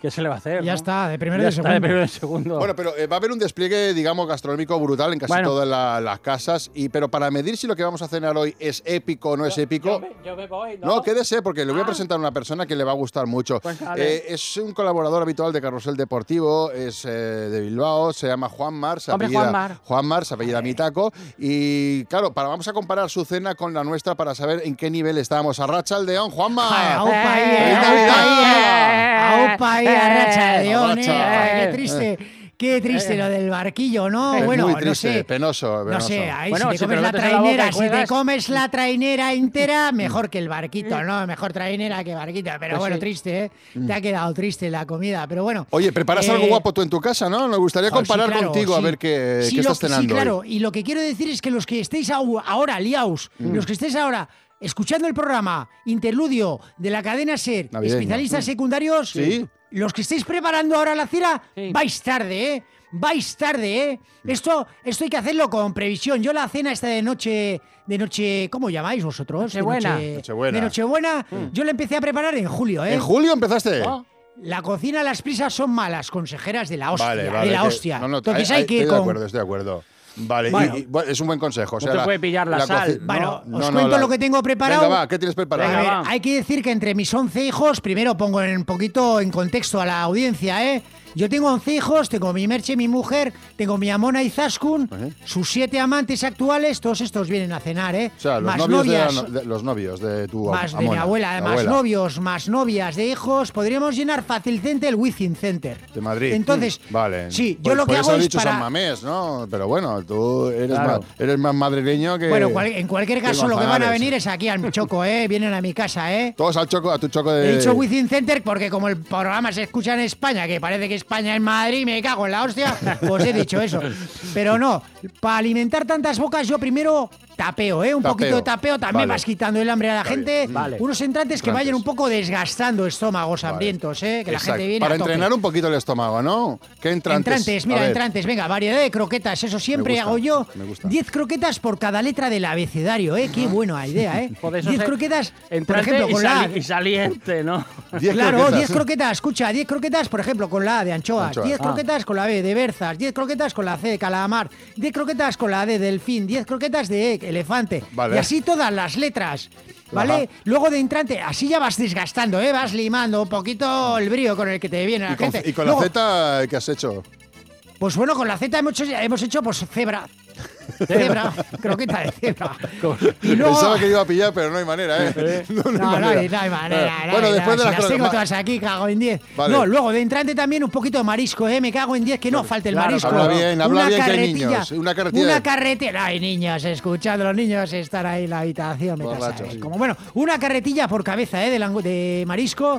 ¿Qué se le va a hacer? Ya está, de
primero y de
de
segundo.
primero y de segundo.
Bueno, pero eh, va a haber un despliegue, digamos, gastronómico brutal en casi
Bueno.
todas la- las casas. Y, pero para medir si lo que vamos a cenar hoy es épico o no es épico.
Yo me voy,
No, quédese, porque le voy a presentar a una persona que le va a gustar mucho.
Pues dale.
Eh, es un colaborador habitual de Carrusel Deportivo, es eh, de Bilbao, se llama Juan Mar, se
Hombre,
apellida,
Juan Mar.
Juan Mar, se apellida Mitaco. Y claro, para, vamos a comparar su cena con la nuestra para saber en qué nivel estábamos. Arracha Aldeón, Juan Mar. ¡Feliz Navidad!
¡Aupa ahí, arracha
Eh,
León!
arracha.
¡Qué triste! ¡Qué triste lo del barquillo, no!
Es
bueno,
muy
no
triste,
sé.
penoso,
No
penoso.
sé, ahí
Bueno,
si
si
te
te
comes
lo
la
metes en la boca y
trainera, si te
juegas.
comes la trainera entera, mejor que el barquito, ¿no? Mejor trainera que barquito. Pero
Mm. Pues
bueno,
sí.
triste, ¿eh?
Mm.
Te ha quedado triste la comida, pero bueno.
Oye, preparas
Eh,
algo guapo tú en tu casa, ¿no? Nos gustaría
Oh, sí,
comparar
claro,
contigo a
sí.
ver qué,
Sí,
qué
lo-
estás cenando.
Sí,
hoy.
claro. Y lo que quiero decir es que los que estéis au- ahora liaos,
Mm.
los que estéis ahora escuchando el programa Interludio de la cadena SER,
Navideño.
especialistas
Mm.
secundarios,
Sí.
los que estáis preparando ahora la cena, vais tarde, ¿eh? Vais tarde, ¿eh? Esto, esto hay que hacerlo con previsión. Yo la cena esta de noche, de noche, ¿cómo llamáis vosotros?
Nochebuena.
De noche-
Nochebuena. Mm.
de Nochebuena, yo la empecé a preparar en julio, ¿eh?
¿En julio empezaste?
Oh. La cocina, las prisas son malas, consejeras de la hostia,
Vale,
de
vale,
la
que-
hostia.
no, no,
Entonces
ahí-
hay
ahí
que
Estoy de
con-
acuerdo, estoy de acuerdo. Vale, y-
Bueno.
y- bueno, es un buen consejo. o
No
sea,
te puede pillar la sal.
coci-
Bueno,
no,
os
no,
cuento
la-
lo que tengo preparado.
Venga, va, ¿qué tienes preparado?
A ver, hay que decir que entre mis 11 hijos, primero pongo en- un poquito en contexto a la audiencia, ¿eh? Yo tengo 11 hijos, tengo mi Merche, mi mujer, tengo mi Amona Izaskun, sus siete amantes actuales, todos estos vienen a cenar, ¿eh?
o sea, los
Más
novios, de la
novias,
no- de, los novios de tu
más de mi
amona,
abuela,
tu
más novios, más novias de hijos, podríamos llenar fácilmente el Wizzing Center.
De Madrid.
Entonces,
Mm, vale.
sí, yo
Pues
lo que
podías
hago
haber
es
dicho
para-
San Mamés, ¿no? Pero bueno, tú eres, más,
Claro.
eres más madrileño que.
Bueno, cual- en cualquier
que
caso, lo que van a
Manzanares.
venir es aquí al Choco, ¿eh? Vienen a mi casa, ¿eh?
Todos al choco, a tu choco de.
He dicho Within Center porque como el programa se escucha en España, que parece que España es Madrid, me cago en la hostia, pues he dicho eso. Pero no, para alimentar tantas bocas yo primero tapeo, ¿eh? Un
Tapeo.
poquito de tapeo, también
Vale.
vas quitando el hambre a la
Está
gente.
bien. Vale.
Unos entrantes que
Entrantes.
vayan un poco desgastando estómagos hambrientos, ¿eh? Que la
Exacto,
gente viene
Para
a tope.
entrenar un poquito el estómago, ¿no? ¿Qué entrantes?
Entrantes,
A
mira,
ver.
entrantes, venga, variedad de croquetas, eso siempre
gusta,
hago yo.
me gusta.
10 croquetas por cada letra del abecedario, ¿eh? Qué buena idea,
*laughs*
¿eh?
Joder, eso
10
se-
croquetas, por
Entrante
ejemplo,
y
con la
sali- y
*laughs*
saliente, ¿no?
claro,
¿eh?
10 croquetas, escucha, 10 croquetas, por ejemplo, con la A de anchoas,
Anchoas,
10
ah.
croquetas con la B de berzas, 10 croquetas con la C de calamar, 10 croquetas con la D de delfín, 10 croquetas de e- elefante,
Vale.
y así todas las letras. ¿Vale?
Ajá.
Luego de entrante, así ya vas desgastando, ¿eh? Vas limando un poquito el brío con el que te viene la
Y con,
gente.
y con
Luego-
la Z, ¿qué has hecho?
Pues bueno, con la Z hemos hecho, hemos hecho pues cebra. *laughs* Cebra, croqueta de cebra.
*laughs*
Y luego-
Pensaba que iba a pillar, pero *laughs* no hay manera, ¿eh?
*laughs* No, no, hay- no hay
Vale.
manera. no
Bueno,
hay
después
nada,
de
si
las
las tengo
croquetas-
todas aquí, cago en 10.
Vale.
No, luego de entrante también un poquito de marisco, ¿eh? Me cago en 10, que no falte el
claro,
marisco.
habla bien, habla bien que hay niños, una
Una
carretilla.
carretera. Ay, niños, escuchad, los niños están ahí en la habitación. vete a
Borrachos.
saber cómo. bueno, una carretilla por cabeza, ¿eh? De, lango- de marisco.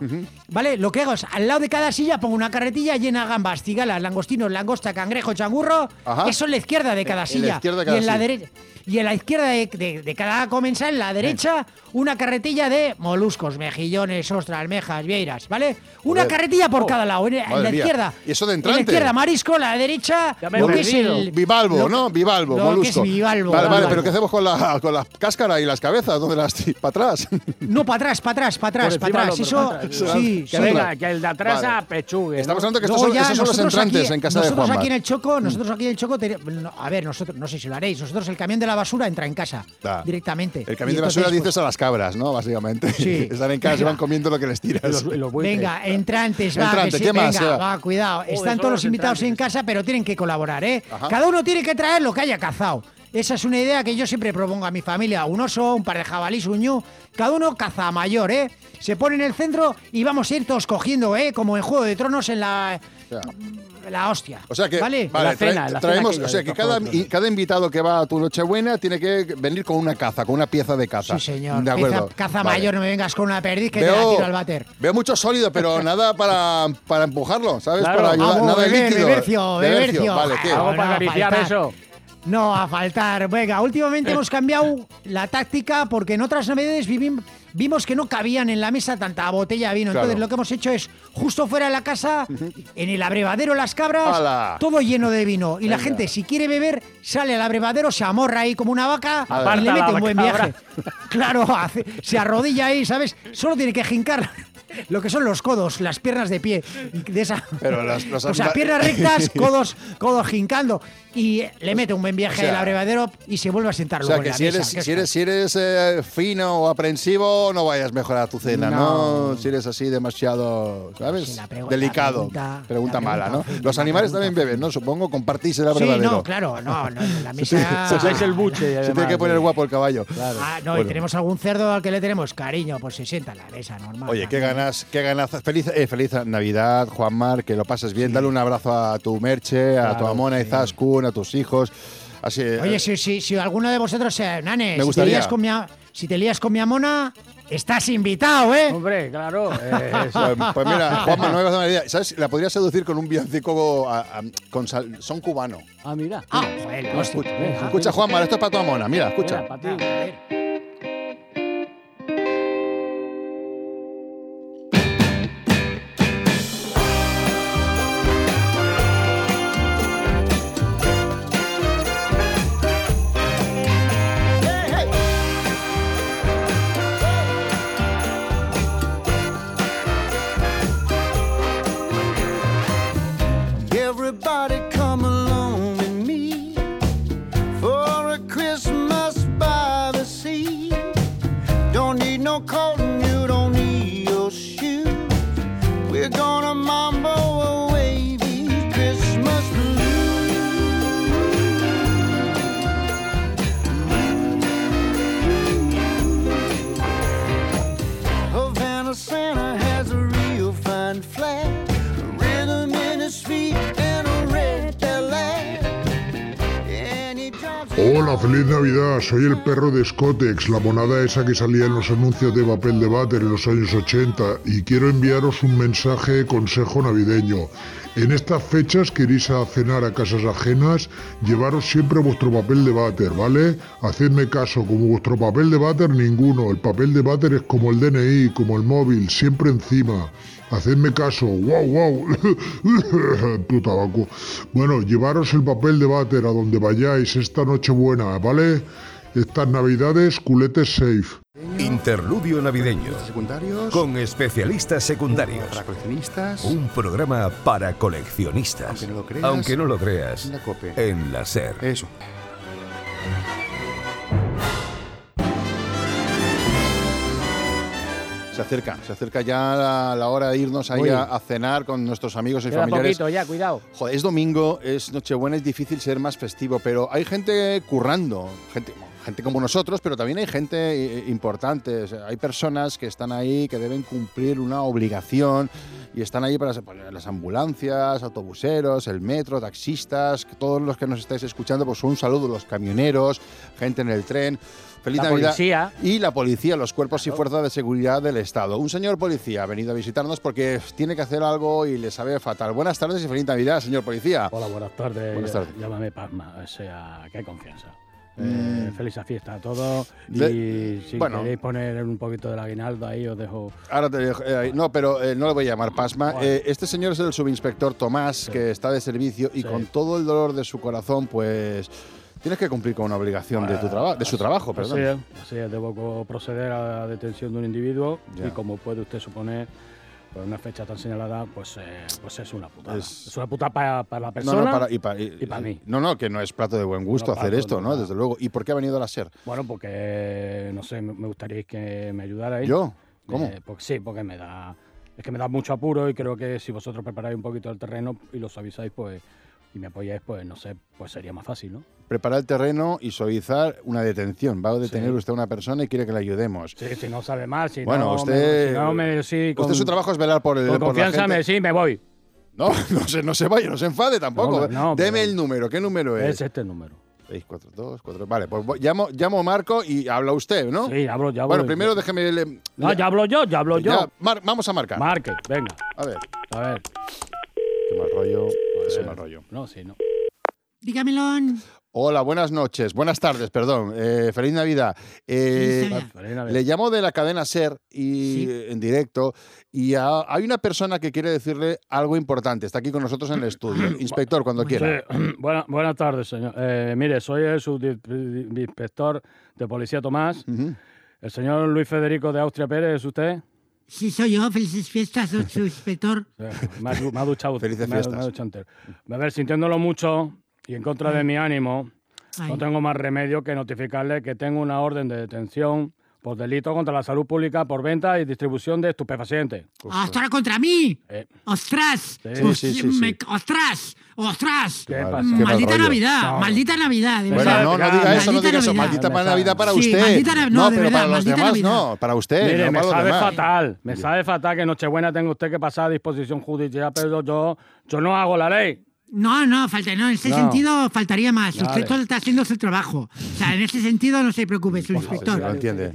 ¿Vale? Lo que hago es, al lado de cada silla pongo una carretilla llena de gambas, cigalas, langostinos, langosta, cangrejo, changurro.
Ajá.
Eso es la izquierda de cada
En
silla.
la izquierda izquierda
y
cada
en la
sí.
derecha. Y en la izquierda de, de- de cada comensal, en la derecha, una carretilla de moluscos, mejillones, ostras, almejas, vieiras, ¿vale? Una
Joder.
carretilla por
Oh.
cada lado. En, en
Madre
la
mía.
izquierda.
¿Y eso de
en
entrante?
la izquierda, marisco, en la derecha, lo que es el.
Bivalvo,
lo-
¿no? Bivalvo,
lo que
molusco.
es bivalvo,
Vale, vale,
bivalvo.
pero ¿qué hacemos con, la, con las cáscaras y las cabezas? ¿Dónde las para atrás?
*laughs* No, para atrás, para atrás, para atrás,
Por
para atrás.
encima
Eso.
no, pero pa' atrás.
sí,
Que
sí.
venga, que
el de atrás a pechugue.
Estamos hablando que estos
Luego
son,
ya
esos son los
nosotros
entrantes
aquí-
en casa de
nosotros
Juanma. Mm.
aquí en el Choco, nosotros aquí en el Choco, te- no, a ver, nosotros, no sé si lo haréis, nosotros el camión de la basura entra en casa
Da.
directamente.
El camión
Y
de basura
entonces,
dices a las cabras, ¿no? Básicamente.
Sí.
*laughs* Están en casa y van comiendo lo que les tiras.
pues, venga, entrantes, va,
eh, Entrante,
que sí,
¿qué más,
venga,
Eva?
va, cuidado.
Joder,
Están
son
todos
los
los invitados en casa, pero tienen que colaborar, ¿eh?
Ajá.
Cada uno tiene que traer lo que haya cazado. Esa es una idea que yo siempre propongo a mi familia. Un oso, un par de jabalís, un ñu. Cada uno caza a mayor, ¿eh? Se pone en el centro y vamos a ir todos cogiendo, ¿eh? Como en Juego de Tronos en la,
Ya.
la hostia.
O sea que
¿Vale?
vale, trae- traemos, o sea que cada, i- cada invitado que va a tu Nochebuena tiene que venir con una caza, con una pieza de caza.
Sí, señor.
De acuerdo.
Caza, caza
Vale.
mayor, no me vengas con una perdiz que te la
Veo-
tiro al váter.
Veo mucho sólido,
*laughs*
pero nada para, para empujarlo, ¿sabes?
Claro.
Para ayudar,
Vamos,
nada de
beber,
líquido.
bebercio,
Bebercio,
bebercio.
Vale, ¿qué?
Algo para No, acariciar Ah, faltar. eso. No, a faltar. Venga,
Eh.
últimamente hemos cambiado la táctica porque en otras navidades vivim- vimos que no cabían en la mesa tanta botella de vino.
Claro.
Entonces lo que hemos hecho es, justo fuera de la casa, en el abrevadero Las Cabras,
¡Hala!
todo lleno de vino. Y la
Venga.
gente, si quiere beber, sale al abrevadero, se amorra ahí como una vaca
Aparta
y le
la
mete un buen
cabra.
viaje. Claro, *laughs* hace- se arrodilla ahí, ¿sabes? Solo tiene que jincar *laughs* lo que son los codos, las piernas de pie. De esa,
Pero las- las-
o sea,
*laughs*
piernas rectas, codos, codos jincando. Y le mete un buen viaje
O sea,
al abrevadero y se vuelve a sentar
O
luego
sea
en
que
la
si
mesa,
eres,
que es
si eres, si eres eh, fino o aprensivo, no vayas a mejorar tu cena, ¿no? Si eres así demasiado, ¿sabes?
pregu-
Delicado.
la pregunta-
Pregunta mala, ¿no? Los animales también beben, ¿no? Supongo, compartís el
Sí,
abrevadero.
no, claro, no,
*laughs*
no, en la
Se
mesa.
tiene- se- Se tiene que poner guapo el caballo.
Ah, no, y
Bueno.
tenemos algún cerdo al que le tenemos cariño, pues se sienta en la mesa normal.
Oye, qué ganas, qué ganas. Feliz, eh, feliz Navidad, Juanmar, que lo pases bien. Dale un abrazo a tu Merche, a tu Amona Izaskun, a tus hijos. Así, eh,
Oye, si, si, si alguno de vosotros sea nane,
Me
si te,
gustaría.
lías con mi, a- si te lías con mi amona, estás invitado, ¿eh?
Hombre, claro. eh,
*laughs* Pues, pues
*laughs*
mira, Juanma, no me vas a dar una idea. ¿Sabes? La podría seducir con un villancico a- a- con sal- son cubano.
Ah, mira.
Ah, joder,
No, escucha, escucha, Juanma, esto es para tu Amona. Mira, escucha.
Everybody come along with me for a Christmas by the sea. Don't need no coat and you don't need your shoes. We're gonna mambo away these Christmas blues. Havana Santa has a real fine flair rhythm in his feet and a red Cadillac. And he drives it-
Hola, feliz Navidad. Soy el perro de Scotex, la monada esa que salía en los anuncios de papel de váter en los años 80 y quiero enviaros un mensaje de consejo navideño. En estas fechas que iréis a cenar a casas ajenas, llevaros siempre vuestro papel de váter, ¿vale? Hacedme caso, como vuestro papel de váter ninguno. El papel de váter es como el DNI, como el móvil, siempre encima. Hacedme caso, wow, *laughs* wow, tu tabaco. Bueno, llevaros el papel de váter a donde vayáis esta noche buena, ¿vale? Estas navidades, culetes safe.
Interludio navideño. Con especialistas secundarios.
Para coleccionistas.
Un programa para coleccionistas. Aunque no lo
creas,
creas,
en la COPE.
En la SER. Eso.
Se acerca, se acerca ya la, la hora de irnos ahí
Uy.
a, a cenar con nuestros amigos y
Queda
familiares.
poquito ya, cuidado.
Joder, es domingo, es Nochebuena, es difícil ser más festivo, pero hay gente currando, gente, gente como nosotros, pero también hay gente eh, importante. O sea, hay personas que están ahí, que deben cumplir una obligación, y están ahí para para las ambulancias, autobuseros, el metro, taxistas, que todos los que nos estáis escuchando, pues un saludo a los camioneros, gente en el tren. Feliz
La
Navidad.
policía.
Y la policía, los cuerpos y fuerzas de seguridad del Estado. Un señor policía ha venido a visitarnos porque tiene que hacer algo y le sabe fatal. Buenas tardes y feliz Navidad, señor policía.
Hola, buenas tardes.
Buenas tardes.
Llámame Palma, o sea, que hay confianza. Eh, feliz fiesta a todos.
Mm. De-
y si
bueno.
queréis poner un poquito del aguinaldo ahí, os dejo.
Ahora te dejo- eh, ahí- no, pero eh, no le voy a llamar Pasma.
Vale.
Eh, este señor es el subinspector Tomás, que está de servicio y con todo el dolor de su corazón, pues tienes que cumplir con una obligación de, tu traba- de su
pues,
trabajo.
Así
Perdón.
es, así es, debo co- proceder a la detención de un individuo
Ya.
y como puede usted suponer, por una fecha tan señalada, pues, eh, pues es una putada. Es, una putada para la
No,
persona.
no, para- y para- y-
mí.
No, no, que no es plato de buen gusto
No,
hacer
plato,
esto,
no,
¿no? Desde luego. ¿Y por qué ha venido a la SER?
Bueno, porque, no sé, me- me gustaría que me ayudarais.
¿Yo? ¿Cómo?
Eh, porque- sí, porque me da... Es que me da mucho apuro y creo que si vosotros preparáis un poquito el terreno y los avisáis, pues... Y me apoyáis, pues, no sé, pues sería más fácil, ¿no?
Preparar el terreno y suavizar una detención. Va a detener
Sí.
usted a una persona y quiere que le ayudemos.
Sí, si no sabe mal, si
bueno,
no... me-
usted.
si no me- sí, con-
usted su trabajo es velar por el.
Con
por la
confianza,
gente.
me, sí, me voy.
No, *laughs* no se, no se vaya, no se enfade tampoco.
No, no,
Deme el número, ¿qué número es?
Es este el número.
642, 4. Vale, pues voy- llamo, llamo a Marco y habla usted, ¿no?
Sí, hablo, ya hablo.
Bueno, primero déjeme. le-
No,
le-
ya hablo yo, ya hablo yo.
Ya, mar- vamos a marcar.
Marque, venga.
A ver.
A ver.
Qué mal rollo. Qué mal rollo.
No, sí, no.
Dígamelo.
Hola, buenas noches, buenas tardes, perdón. Eh, feliz Navidad. Eh,
Feliz Navidad.
Feliz Navidad.
Le llamo de la cadena Ser y en directo y a- hay una persona que quiere decirle algo importante. Está aquí con nosotros en el
*coughs*
estudio. Inspector, cuando quiera.
Sí, *clears throat* buena- buenas tardes, señor. Eh, mire, soy el subinspector de policía Tomás. El señor Luis Federico de Austria Pérez, ¿es usted?
Sí, soy yo. Felices fiestas, don subinspector.
Eh, Me ha, du- me ha duchado.
Felices
me ha-
fiestas.
me ha duchado entero. A ver, sintiéndolo mucho y en contra de mi ánimo,
Ay.
no tengo más remedio que notificarle que tengo una orden de detención por delito contra la salud pública por venta y distribución de estupefacientes.
Ah, ¡Ostras, contra mí!
Eh,
¡Ostras!
Sí,
Os-
sí, sí, sí.
me- ¡Ostras! ¡Ostras! Mm,
¿Qué pasa? Qué mal
¡Maldita
rollo.
Navidad!
No.
¡Maldita Navidad! de
Bueno,
verdad.
no, no diga eso, no diga eso. Maldita para Navidad para
ah, Sí,
usted.
maldita Nav- no, de
pero
verdad,
para los
maldita
demás
Navidad.
no, para usted.
Mire,
no
me
para los
sabe
demás.
fatal, me sabe fatal que Nochebuena tenga usted que pasar a disposición judicial, pero yo, yo no hago la ley.
No, no, falta, no, en este
No.
sentido faltaría más.
Vale.
Usted solo está haciendo su trabajo. O sea, en este sentido no se preocupe, su inspector.
Tiene,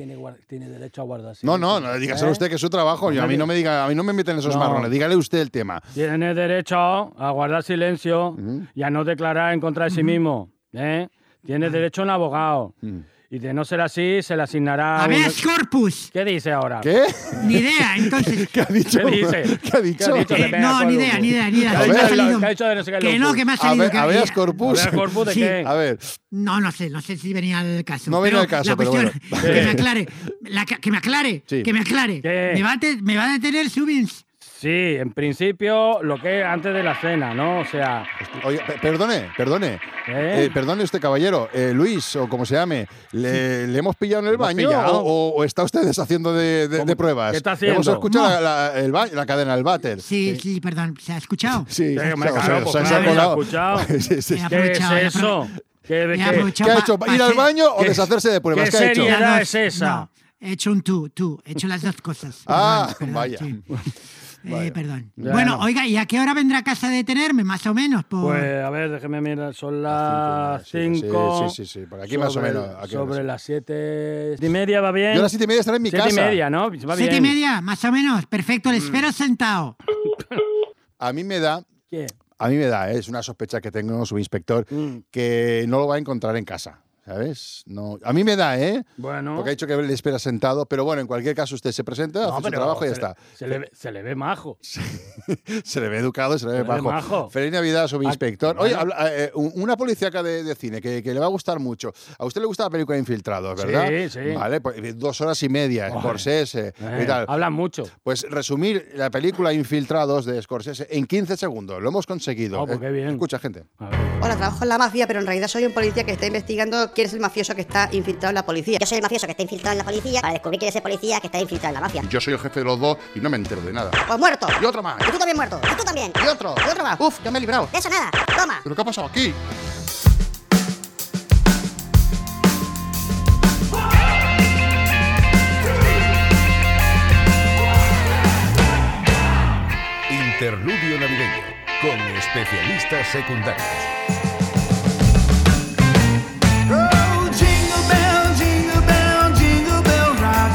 derecho a guardar
No, no, no le diga solo usted que es su trabajo. Yo- a mí no me diga, a mí no me meten esos
No.
marrones. Dígale usted el tema.
Tiene derecho a guardar silencio y a no declarar en contra de sí mismo. ¿eh?
Ah.
Tiene derecho a
*laughs*
un abogado.
Mm.
Y de no ser así, se le asignará.
A
un-
ver, corpus.
¿Qué dice ahora?
¿Qué?
Ni idea, entonces.
*laughs* ¿Qué ha dicho? *laughs*
¿Qué dice?
¿Qué ha dicho?
de
Eh,
mea
no, ni
corpus?
idea, ni idea, ni idea.
¿Qué
Se
ha
me ha
dicho de la-
salido.
¿Qué ha dicho de no sé qué
Que no,
locus?
que me ha salido.
Habe-
que
habeas
había-
corpus.
¿Habeas corpus de
Sí.
qué?
A ver,
No, no sé, no sé si venía al caso.
No venía
pero
al caso,
la
pero
cuestión-
bueno.
Que me
Sí.
aclare, la que que me aclare,
Sí.
que me aclare.
¿Qué?
Me va, a te- me va a detener Subins.
Sí, en principio, lo que es antes de la cena, ¿no? O sea.
oye, pe- perdone, perdone.
¿Eh?
Eh, perdone usted, caballero. Eh, Luis, o como se llame, ¿le, le hemos pillado en el
hemos
baño
pillado.
o, o está usted deshaciendo de, de- de pruebas?
¿Qué está haciendo?
Hemos escuchado
No.
la, la- el ba- la cadena, el váter.
Sí, sí, perdón, ¿se ha escuchado?
Sí,
Sí, hombre,
o sea,
claro,
se
pues
han
claro,
colado.
he escuchado.
*laughs* Sí, sí.
He
¿Qué es
aprovechado, he
eso? ¿Qué,
he
qué-
aprovechado
¿Qué ha
pa-
hecho?
pa
¿Ir al
hacer-
baño o
¿Qué-
deshacerse de pruebas? ¿Qué
qué
ha hecho?
seriedad?
No,
es esa?
no, he hecho un tú, tú, he hecho las dos cosas.
Ah,
Perdón, perdón,
vaya.
sí. Eh,
*laughs* Vaya.
perdón.
Ya,
bueno,
no.
oiga, ¿y a qué hora vendrá a casa a detenerme, más o menos? Por...
Pues a ver, déjeme mirar, son las
Cinco y media, sí,
5.
sí, sí, sí, sí, por aquí más o menos, aquí
sobre
más.
las 7 y media va bien.
Yo a las siete y media estaré en mi
Siete
casa.
y media, ¿no? Va
Siete y
bien. Mm.
media, más o menos. Perfecto, le espero sentado.
A mí me da,
¿Qué?
a mí me da, ¿eh? es una sospecha que tengo su inspector,
Mm.
que no lo va a encontrar en casa. ¿Sabes? No, a mí me da, ¿eh?
Bueno.
Porque ha dicho que le espera sentado, pero bueno, en cualquier caso usted se presenta,
No,
hace su
pero
trabajo y ya
se le-
está.
Se le, ve- se le ve majo.
*laughs* Se le ve educado, se le ve
le ve
bajo.
majo.
Feliz Navidad, subinspector.
Ah,
Oye,
bueno.
habla- eh, eh, un- una policíaca de, de cine que, que le va a gustar mucho. A usted le gusta la película Infiltrados, ¿verdad?
Sí, sí.
Vale, pues, eh, dos horas y media,
Joder.
Scorsese y
Eh,
tal.
Hablan mucho.
Pues resumir la película Infiltrados de Scorsese en 15 segundos. Lo hemos conseguido.
Oh, pues qué
Eh,
bien. Ah.
Escucha, gente.
Hola, trabajo en la mafia, pero en realidad soy un policía que está investigando quién es el mafioso que está infiltrado en la policía.
Yo soy el mafioso que está infiltrado en la policía para descubrir quién es el policía que está infiltrado en la mafia.
Yo soy el jefe de los dos y no me entero de nada.
Pues muerto.
Y otro más.
Y tú también muerto. Y tú también.
Y otro.
Y otro más.
Uf, ya me he librado.
De eso nada. Toma.
¿Pero qué ha pasado aquí?
Interludio navideño con especialistas secundarios.
Oh, jingle bell, jingle bell, jingle bell rock,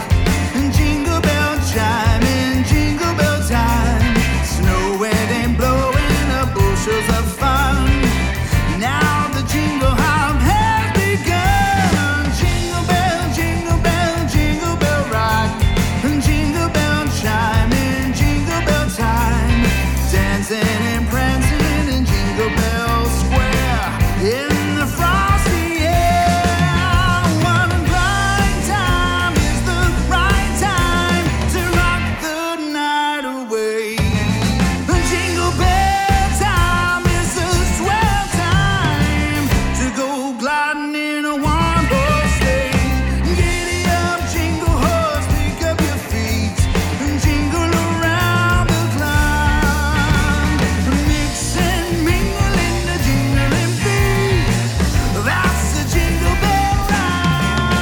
and jingle bell chime, and jingle bell time. Snowing and blowing up bushels of fun. Now the jingle hop has begun. Jingle bell, jingle bell, jingle bell rock, and jingle bell chime, and jingle bell time. Dancing and prancing in Jingle Bell Square in the frosty air. One blind time is the right time to rock the night away. Jingle bell time is the swell time to go gliding in a one horse sleigh. Giddy up, jingle horse, pick up your feet and jingle around the clock. Mix and mingle in the jingling beat. That's the jingle bell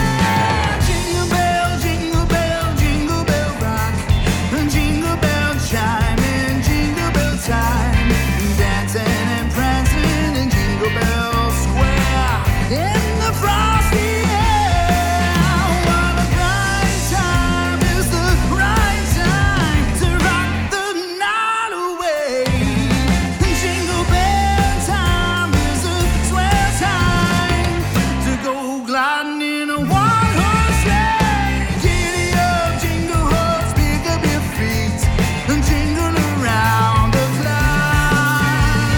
Jingle bell, jingle bell, jingle bell rock, and jingle bell chime, and jingle bell time, dancing and prancing in Jingle Bell Square in the frosty air. What a bright time is the right time to rock the night away. Jingle bell time is a swell time to go gliding in a one horse sleigh. Giddy up, jingle horse, pick up your feet and jingle around the clock.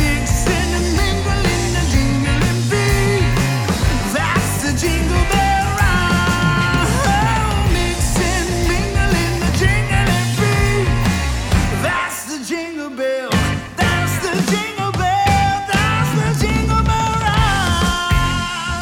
Mix and mingle in the jingling beat. That's the jingle bell Oh, ride. Mix and mingle in the jingling beat. That's the jingle bell. That's the jingle bell. That's the jingle bell ride.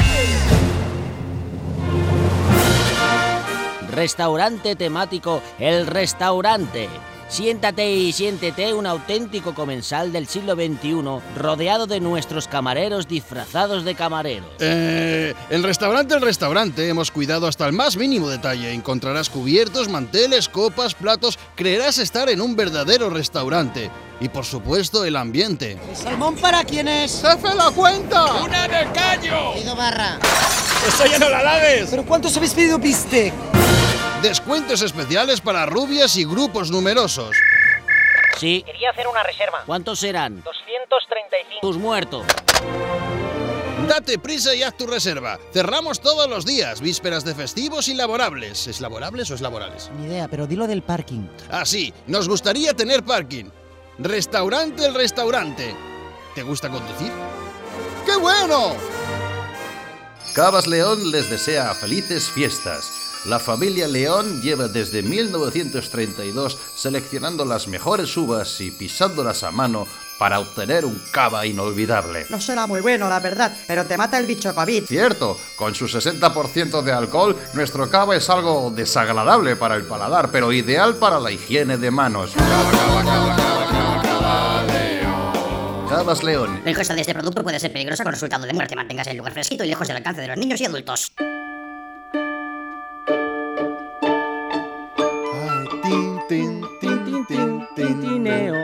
Restaurante temático El Restaurante. Siéntate y siéntete un auténtico comensal del siglo XXI rodeado de nuestros camareros disfrazados de camareros.
Eh, el restaurante El Restaurante hemos cuidado hasta el más mínimo detalle. Encontrarás cubiertos, manteles, copas, platos. Creerás estar en un verdadero restaurante. Y por supuesto, el ambiente.
¿Salmón para quién es? ¡Jefe, la cuenta! ¡Una de caño! Pido barra.
¡Eso ya no la laves!
¿Pero cuántos habéis pedido bistec?
Descuentos especiales para rubias y grupos numerosos.
Sí.
Quería hacer una reserva.
¿Cuántos serán?
235.
Tus muertos.
Date prisa y haz tu reserva. Cerramos todos los días, vísperas de festivos y laborables. ¿Es laborables o es laborales?
Ni idea, pero dilo del parking.
Así, nos gustaría tener parking. Restaurante el restaurante. ¿Te gusta conducir? ¡Qué bueno!
Cabas León les desea felices fiestas. La familia León lleva desde 1932 seleccionando las mejores uvas y pisándolas a mano para obtener un cava inolvidable.
No suena muy bueno, la verdad, pero te mata el bicho COVID.
Cierto, con su 60% de alcohol, nuestro cava es algo desagradable para el paladar, pero ideal para la higiene de manos. Cabas León,
La ingesta de este producto puede ser peligrosa con resultado de muerte. Manténgase en lugar fresquito y lejos del alcance de los niños y adultos.
Tintineo.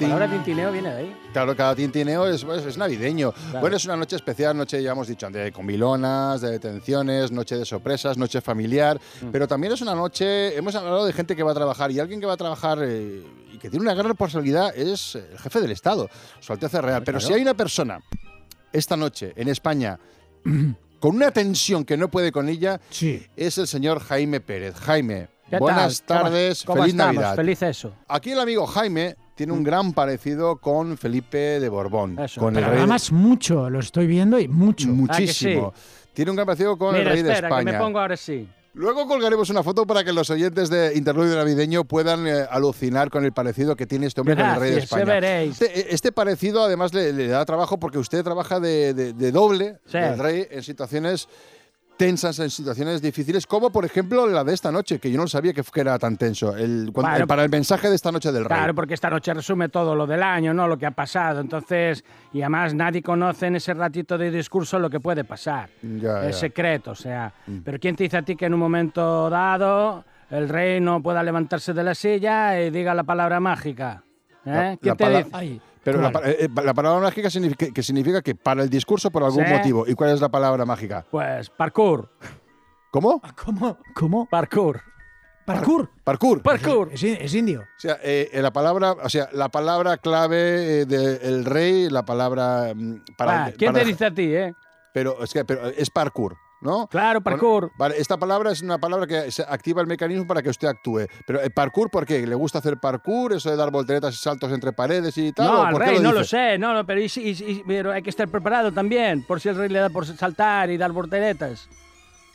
La palabra tintineo viene de ahí.
Claro, cada tintineo es, es- es navideño.
Claro.
Bueno, es una noche especial, noche, ya hemos dicho antes, de comilonas, de detenciones, noche de sorpresas, noche familiar, pero también es una noche, hemos hablado de gente que va a trabajar y alguien que va a trabajar eh, y que tiene una gran responsabilidad es el jefe del Estado, Su Alteza Real. Pero si hay una persona esta noche en España con una tensión que no puede con ella, es el señor Jaime Pérez. Jaime,
¿Qué tal?
buenas
¿Cómo-
tardes,
cómo
feliz
estamos?
Navidad.
Feliz eso. Mm.
Aquí el amigo Jaime tiene un gran parecido con Felipe de Borbón, con el rey
Pero
de-
ah,
Ah,
además mucho, lo estoy viendo y mucho.
muchísimo. Tiene un gran parecido con
Mira,
el rey
espera,
de
que
España.
me *laughs* pongo ahora sí.
Luego colgaremos una foto para que los oyentes de Interludio Navideño puedan eh, alucinar con el parecido que tiene este hombre con el rey de
Gracias, ya
España.
veréis.
Este, este parecido además le, le da trabajo porque usted trabaja de, de- de doble
Sí.
del rey en situaciones tensas, en situaciones difíciles, como por ejemplo la de esta noche, que yo no sabía que, que era tan tenso. El, cuando-
Claro.
el- para el mensaje de esta noche del rey.
Claro, porque esta noche resume todo lo del año, ¿no? Lo que ha pasado. Entonces, y además nadie conoce en ese ratito de discurso lo que puede pasar.
Ya,
es
ya.
secreto, o sea.
Mm.
Pero ¿quién te dice a ti que en un momento dado el rey no pueda levantarse de la silla y diga la palabra mágica? ¿Eh?
La-
¿Quién
la
te
pala-
dice?
Pero la,
Claro.
pa- eh, eh, la palabra mágica significa que, significa que para el discurso por algún
Sí.
motivo. ¿Y cuál es la palabra mágica?
Pues parkour.
¿Cómo?
¿Cómo? ¿Cómo? Parkour.
Parkour.
Parkour.
Parkour.
Es, es indio.
O sea, eh, eh, la palabra, o sea, la palabra clave eh, del rey, la palabra mm, para.
Ah, ¿Quién
para-
te dice a ti, eh?
Pero es que pero es parkour, ¿no?
Claro, parkour.
vale, esta palabra es una palabra que se activa el mecanismo para que usted actúe. Pero eh, parkour, ¿por qué? ¿Le gusta hacer parkour? ¿Eso de dar volteretas y saltos entre paredes y tal?
No,
¿O
al
por qué
rey, no lo
dice?
sé, no, no, pero, y si- y si- y- pero hay que estar preparado también, por si el rey le da por saltar y dar volteretas.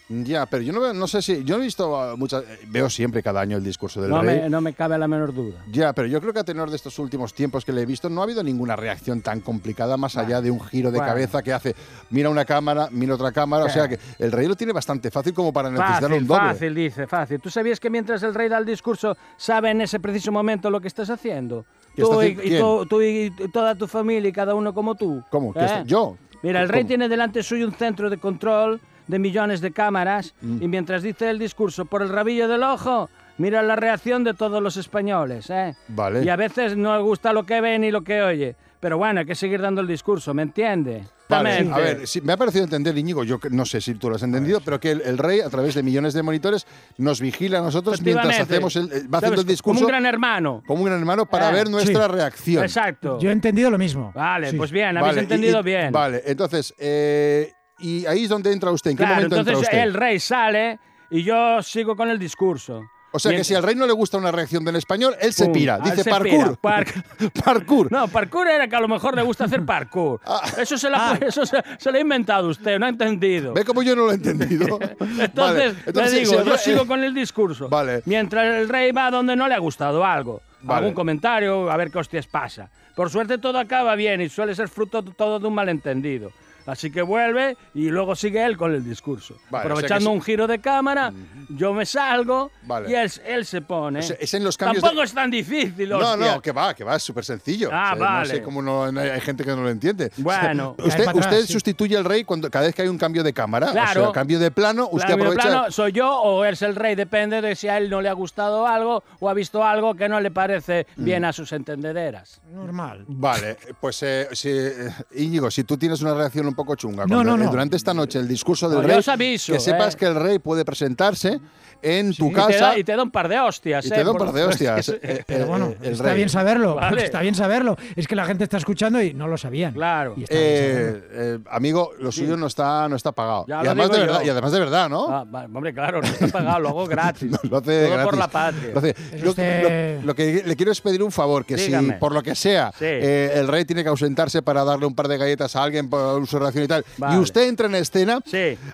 Ya, pero yo no, veo- no sé si. Yo he visto ah, muchas. eh, Veo siempre cada año el discurso del
No
rey.
me, no me cabe la menor duda.
Ya, pero yo creo que a tenor de estos últimos tiempos que le he visto, no ha habido ninguna reacción tan complicada más allá de un giro de
Bueno.
cabeza que hace, mira una cámara, mira otra cámara. O sea que el rey lo tiene bastante fácil como para necesitar
Fácil,
un doble.
fácil, dice, fácil. ¿Tú sabías que mientras el rey da el discurso, sabe en ese preciso momento lo que estás haciendo?
¿Qué
Tú
está
y,
haciendo?
y
¿Quién?
to- tú y toda tu familia y cada uno como tú. ¿Eh?
¿Cómo? ¿Qué está- ¿Yo?
Mira, el rey
¿Cómo?
tiene delante suyo un centro de control de millones de cámaras
Mm.
y mientras dice el discurso por el rabillo del ojo, mira la reacción de todos los españoles. ¿eh?
Vale.
Y a veces no le gusta lo que ve ni lo que oye. Pero bueno, hay que seguir dando el discurso, ¿me entiende?
Vale,
Exactamente.
a ver, sí, me ha parecido entender, Íñigo, yo que- no sé si tú lo has entendido, pero que el, el rey, a través de millones de monitores, nos vigila a nosotros mientras
Efectivamente.
hacemos el, el- va haciendo
¿Sabes?
el discurso.
Como un gran hermano.
como un gran hermano para
Eh,
ver nuestra
sí.
reacción.
Exacto.
Yo he entendido lo mismo.
Vale, pues bien, habéis
Vale, y-
entendido
y-
bien.
Vale, entonces, eh, y ahí es donde entra usted. ¿En qué
Claro,
momento
entonces
entra usted?
el rey sale y yo sigo con el discurso.
O sea que si al rey no le gusta una reacción del español, él se
Pum,
pira.
él
Dice
se
parkour.
pira,
*laughs* parkour. Ah.
No, parkour era que a lo mejor le gusta hacer
*laughs*
parkour. Eso se lo ha- eso se- se lo ha inventado usted, no ha entendido.
¿Ve como yo no lo he
*laughs*
entendido?
Entonces,
Vale,
le
entonces, si-
digo,
si el
yo
rey-
sigo con el discurso. Mientras el rey va donde no le ha gustado algo.
Vale.
Algún comentario, a ver qué hostias pasa. Por suerte todo acaba bien y suele ser fruto t- todo de un malentendido. Así que vuelve y luego sigue él con el discurso.
Vale, o sea que
Aprovechando
sí.
un giro de cámara, yo me salgo
Vale.
y él, él se pone.
O sea, es en los cambios
Tampoco es tan difícil,
No,
hostia.
no, que va, que va, es súper sencillo.
Ah,
No sé
vale.
cómo no, no hay hay gente que no lo entiende. O sea,
Bueno. Cae
usted
para atrás,
usted
sí.
sustituye al rey cuando, cada vez que hay un cambio de cámara, o sea,
Claro.
cambio de plano, usted
Claro, mi
aprovecha.
plano, soy yo o es el rey, depende de si a él no le ha gustado algo o ha visto algo que no le parece
Mm.
bien a sus entendederas.
Normal.
Vale, pues eh, si, eh, Íñigo, si tú tienes una reacción un poco chunga
No,
cuando- eh,
no, no.
durante esta noche el discurso del
No, yo
rey,
os aviso,
que sepas
eh.
que el rey puede presentarse en tu
Y te da-
casa
Y te, da, un par de hostias.
y
eh,
te da un
por-
par de
*laughs*
hostias. eh, eh,
Pero bueno,
el
está
rey.
bien saberlo. *laughs*
Vale.
porque Está bien saberlo. Es que la gente está escuchando y no lo sabían. Claro.
Eh, eh, amigo, lo suyo no está, no está pagado. Y
Ya lo
además, de
digo yo.
verdad, y además de verdad, ¿no?
Ah, va- hombre, claro, no
*laughs*
está pagado, lo
*laughs*
hago gratis.
Lo hace
Todo por
gratis.
la patria.
Lo, hace. Lo-
usted-
lo- lo que le quiero es pedir un favor, que
Dígame.
si por lo que sea
Sí.
eh, el rey tiene que ausentarse para darle un par de galletas a alguien por su relación y tal, y
Vale.
usted entra en escena,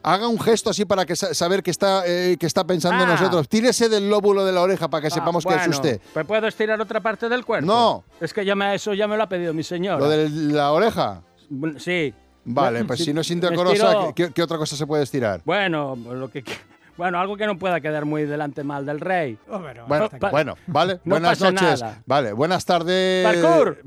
haga un gesto así para que sa- saber que está, eh, que está pensando en
Ah.
nosotros. Tírese del lóbulo de la oreja para que
Ah,
sepamos que es
bueno,
usted.
¿Me puedo estirar otra parte del cuerpo? No. Es que ya me, eso ya me lo ha pedido mi señor.
¿Lo de la oreja?
Sí.
Vale, pues
Sí,
si no es
me
India Corosa,
estiro-
¿qué, qué otra cosa se puede estirar?
Bueno, lo que... qui- Bueno, algo que no pueda quedar muy delante mal del rey.
Bueno,
Pa- pa-
bueno, vale,
*laughs* No
buenas
pasa
noches.
nada.
Vale, buenas tardes.
¡Parkour!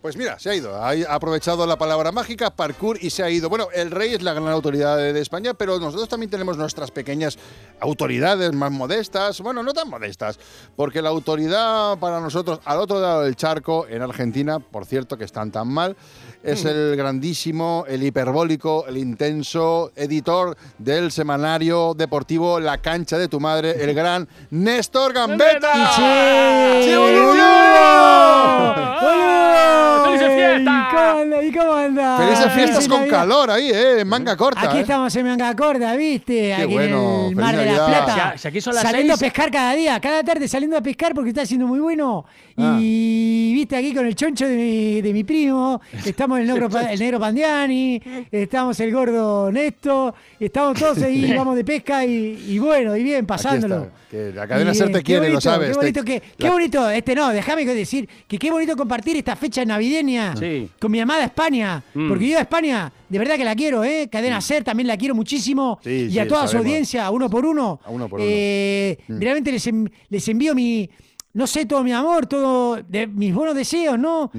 Pues mira, se ha ido. Ha ha aprovechado la palabra mágica, parkour, y se ha ido. Bueno, el rey es la gran autoridad de de España, pero nosotros también tenemos nuestras pequeñas autoridades más modestas. Bueno, no tan modestas, porque la autoridad para nosotros, al otro lado del charco, en Argentina, por cierto, que están tan mal, es el grandísimo, el hiperbólico, el intenso editor del semanario deportivo La Cancha de tu Madre, el gran Néstor Gambetta. ¡Sí, boludo!
¡Felices fiestas! ¿Y cómo anda? ¿Y cómo anda?
Felices fiestas con
Navidad.
calor ahí, ¿eh? En Manga corta.
Aquí
¿eh?
estamos en manga corta, ¿viste?
Qué
aquí
bueno,
en el Mar
feliz
de la
Navidad.
Plata.
Si- si aquí son las
saliendo
seis-
a pescar cada día, cada tarde saliendo a pescar porque está haciendo muy bueno.
Ah.
Y viste aquí con el choncho de mi, de mi primo, estamos
*laughs*
el negro, Pa- el negro Pandiani, estamos el gordo Nesto, estamos todos
*laughs*
ahí, vamos de pesca y, y bueno, y bien,
Aquí está,
pasándolo.
que la
Y
cadena
bien,
Ser te
qué
quiere, lo
bonito,
sabes.
Qué
te-
bonito, que, qué
la-
bonito, este no, déjame que decir que qué bonito compartir esta fecha de navideña
Sí.
con mi amada España.
Mm.
Porque yo a España, de verdad que la quiero, ¿eh? Cadena Ser también la quiero muchísimo.
Sí,
y
sí,
a toda su
sabemos.
audiencia, a uno por uno.
A uno por
Eh,
uno. Mm.
Realmente les, en- les envío mi, no sé, todo mi amor, todo de- mis buenos deseos, ¿no?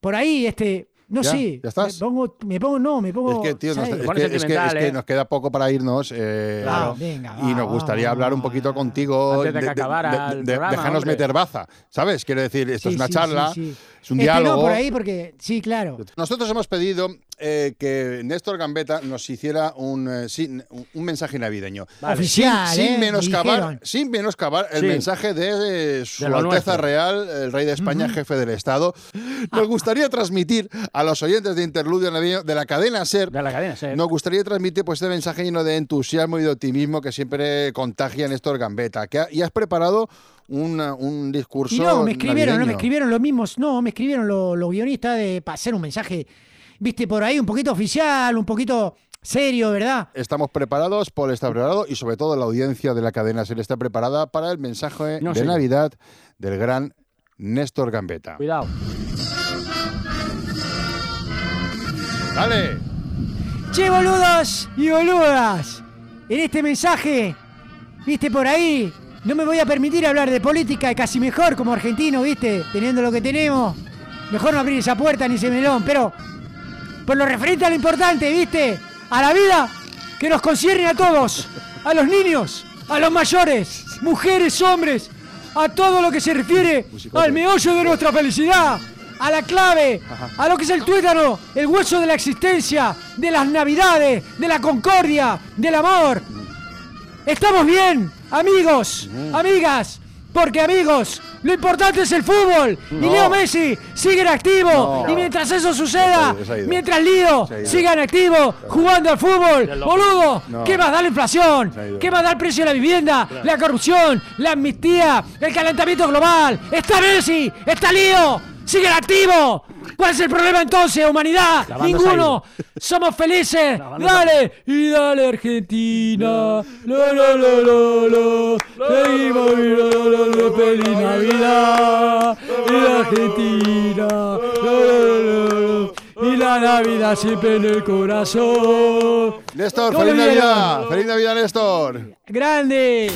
Por ahí, este, no
Ya,
sé.
ya estás.
Me pongo, me pongo, no, me
Es
pongo.
que, tío, nos,
¿sabes?
es que- es que- es
¿eh?
que nos queda poco para irnos eh,
Claro, venga,
y nos gustaría hablar un poquito contigo.
Antes de que acabara el programa,
déjanos
hombre.
meter baza, ¿sabes? Quiero decir, esto
Sí,
es una
sí,
charla,
sí, sí.
es un
Este no,
diálogo.
por ahí, porque, sí, claro.
Nosotros hemos pedido eh, que Néstor Gambetta nos hiciera un, eh, sin- un mensaje navideño.
Vale. Oficial,
sin, sin
¿eh?
menoscabar,
Dijeron.
sin menoscabar el
Sí.
mensaje de eh, Su
De lo
Alteza
nuestro. Ah.
Real, el Rey de España, jefe del Estado. Nos gustaría transmitir a los oyentes de Interludio Navideño de la cadena SER.
De la cadena SER.
Nos gustaría transmitir pues, este mensaje lleno de entusiasmo y de optimismo que siempre contagia Néstor Gambetta. Que ha- y has preparado una- un discurso.
Y no, me escribieron, no, me
navideño.
escribieron los mismos, no, me escribieron lo- los, guionistas de, para hacer un mensaje, viste, por ahí, un poquito oficial, un poquito serio, ¿verdad?
Estamos preparados, Paul está preparado y sobre todo la audiencia de la cadena SER está preparada para el mensaje
No,
de
señor.
Navidad del gran Néstor Gambetta.
Cuidado.
¡Dale!
Che, boludos y boludas, en este mensaje, viste, por ahí, no me voy a permitir hablar de política, y casi mejor como argentino, viste, teniendo lo que tenemos, mejor no abrir esa puerta ni ese melón, pero por lo referente a lo importante, viste, a la vida que nos concierne a todos, a los niños, a los mayores, mujeres, hombres, a todo lo que se refiere al meollo de nuestra felicidad, a la clave, a lo que es el tuétano, el hueso de la existencia, de las navidades, de la concordia, del amor. Estamos bien, amigos, amigas, porque amigos, lo importante es el fútbol y
No.
Leo Messi sigue en activo
No.
y mientras eso suceda,
Se ha ido, se ha ido.
mientras Lido
Se ha ido.
siga en activo jugando al
Ya
fútbol,
lo-
boludo,
No.
¿qué más da la inflación?
Se ha ido.
¿Qué más da el precio de la vivienda?
Claro.
La corrupción, la amnistía, el calentamiento global. Está Messi, está Lido, sigue en activo. ¿Cuál es el problema entonces, humanidad?
La banda se ha
Ninguno.
ido.
Somos felices.
banda
Dale y dale Argentina. La la la la la. Seguimos viviendo la, la, la, feliz Navidad. Y la Argentina. La, la, la, la, la. Y la Navidad siempre en el corazón.
Néstor,
¿Cómo
feliz
lo vieron?
Navidad. Feliz Navidad, Néstor.
Grande.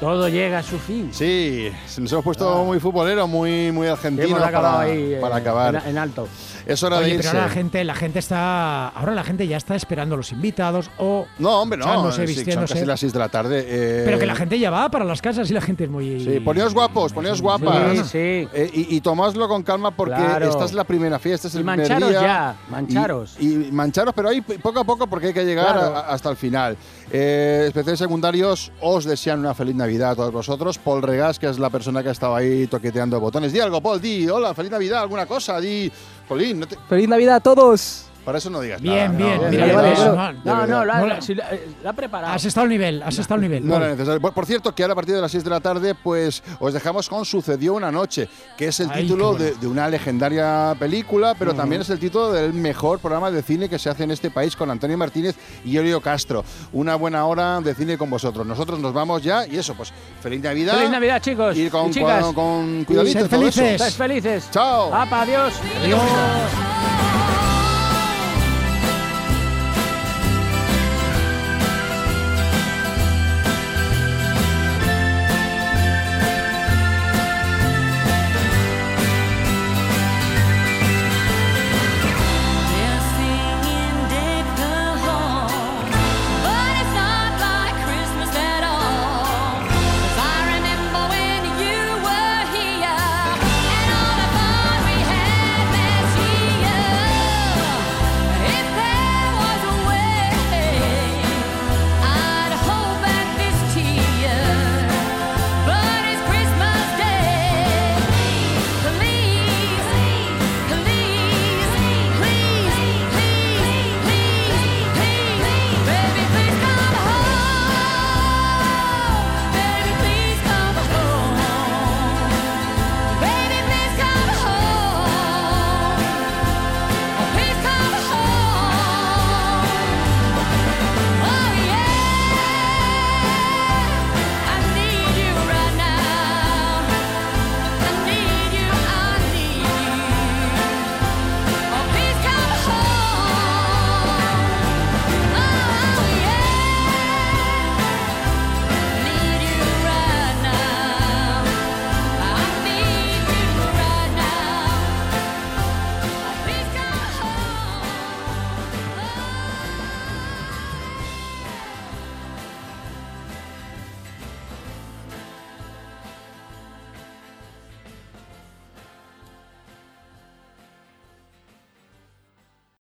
Todo llega a su fin. Ah.
Sí, se nos hemos puesto muy futbolero, muy, muy argentino
Hemos acabado
para,
ahí, eh,
para acabar.
en- en alto.
Es hora de
Oye,
irse.
pero ahora la gente, la gente está. Ahora la gente ya está esperando a los invitados o.
No, hombre, no.
duchándose,
sí, son
vistiéndose.
casi las 6 de la tarde. eh,
Pero que la gente ya va para las casas y la gente es muy.
Sí, poneos guapos, poneos guapas.
Sí,
Eh, y, y tomadlo con calma porque
Claro.
esta es la primera fiesta, es el
Y
primer
mancharos
día.
ya, mancharos.
Y, y mancharos, pero ahí poco a poco porque hay que llegar
Claro.
a- hasta el final. Eh, especiales secundarios, os desean una feliz Navidad a todos vosotros. Paul Regas, que es la persona que ha estado ahí toqueteando botones. Di algo, Paul, di, hola, feliz Navidad, alguna cosa, di, Colín, no te-
¡Feliz Navidad a todos!
para eso no digas nada.
Bien, bien,
no,
mira,
de
vale,
verdad,
no,
de
No, no,
verdad.
la, si la- eh, la ha preparado.
Has estado al nivel, has estado al nivel.
No
Vale.
era necesario. Por, por cierto, que ahora a partir de las 6 de la tarde, pues os dejamos con Sucedió una noche, que es el
Ay,
título
qué bueno.
de, de una legendaria película, pero
Ujú.
también es el título del mejor programa de cine que se hace en este país con Antonio Martínez y Elio Castro. Una buena hora de cine con vosotros. Nosotros nos vamos ya y eso, pues feliz Navidad.
Feliz Navidad, chicos.
Y con,
y chicas.
con- con cuidadito. y todo eso.
Sed felices.
Chao.
Apa, adiós.
Adiós.
Oh, Oh,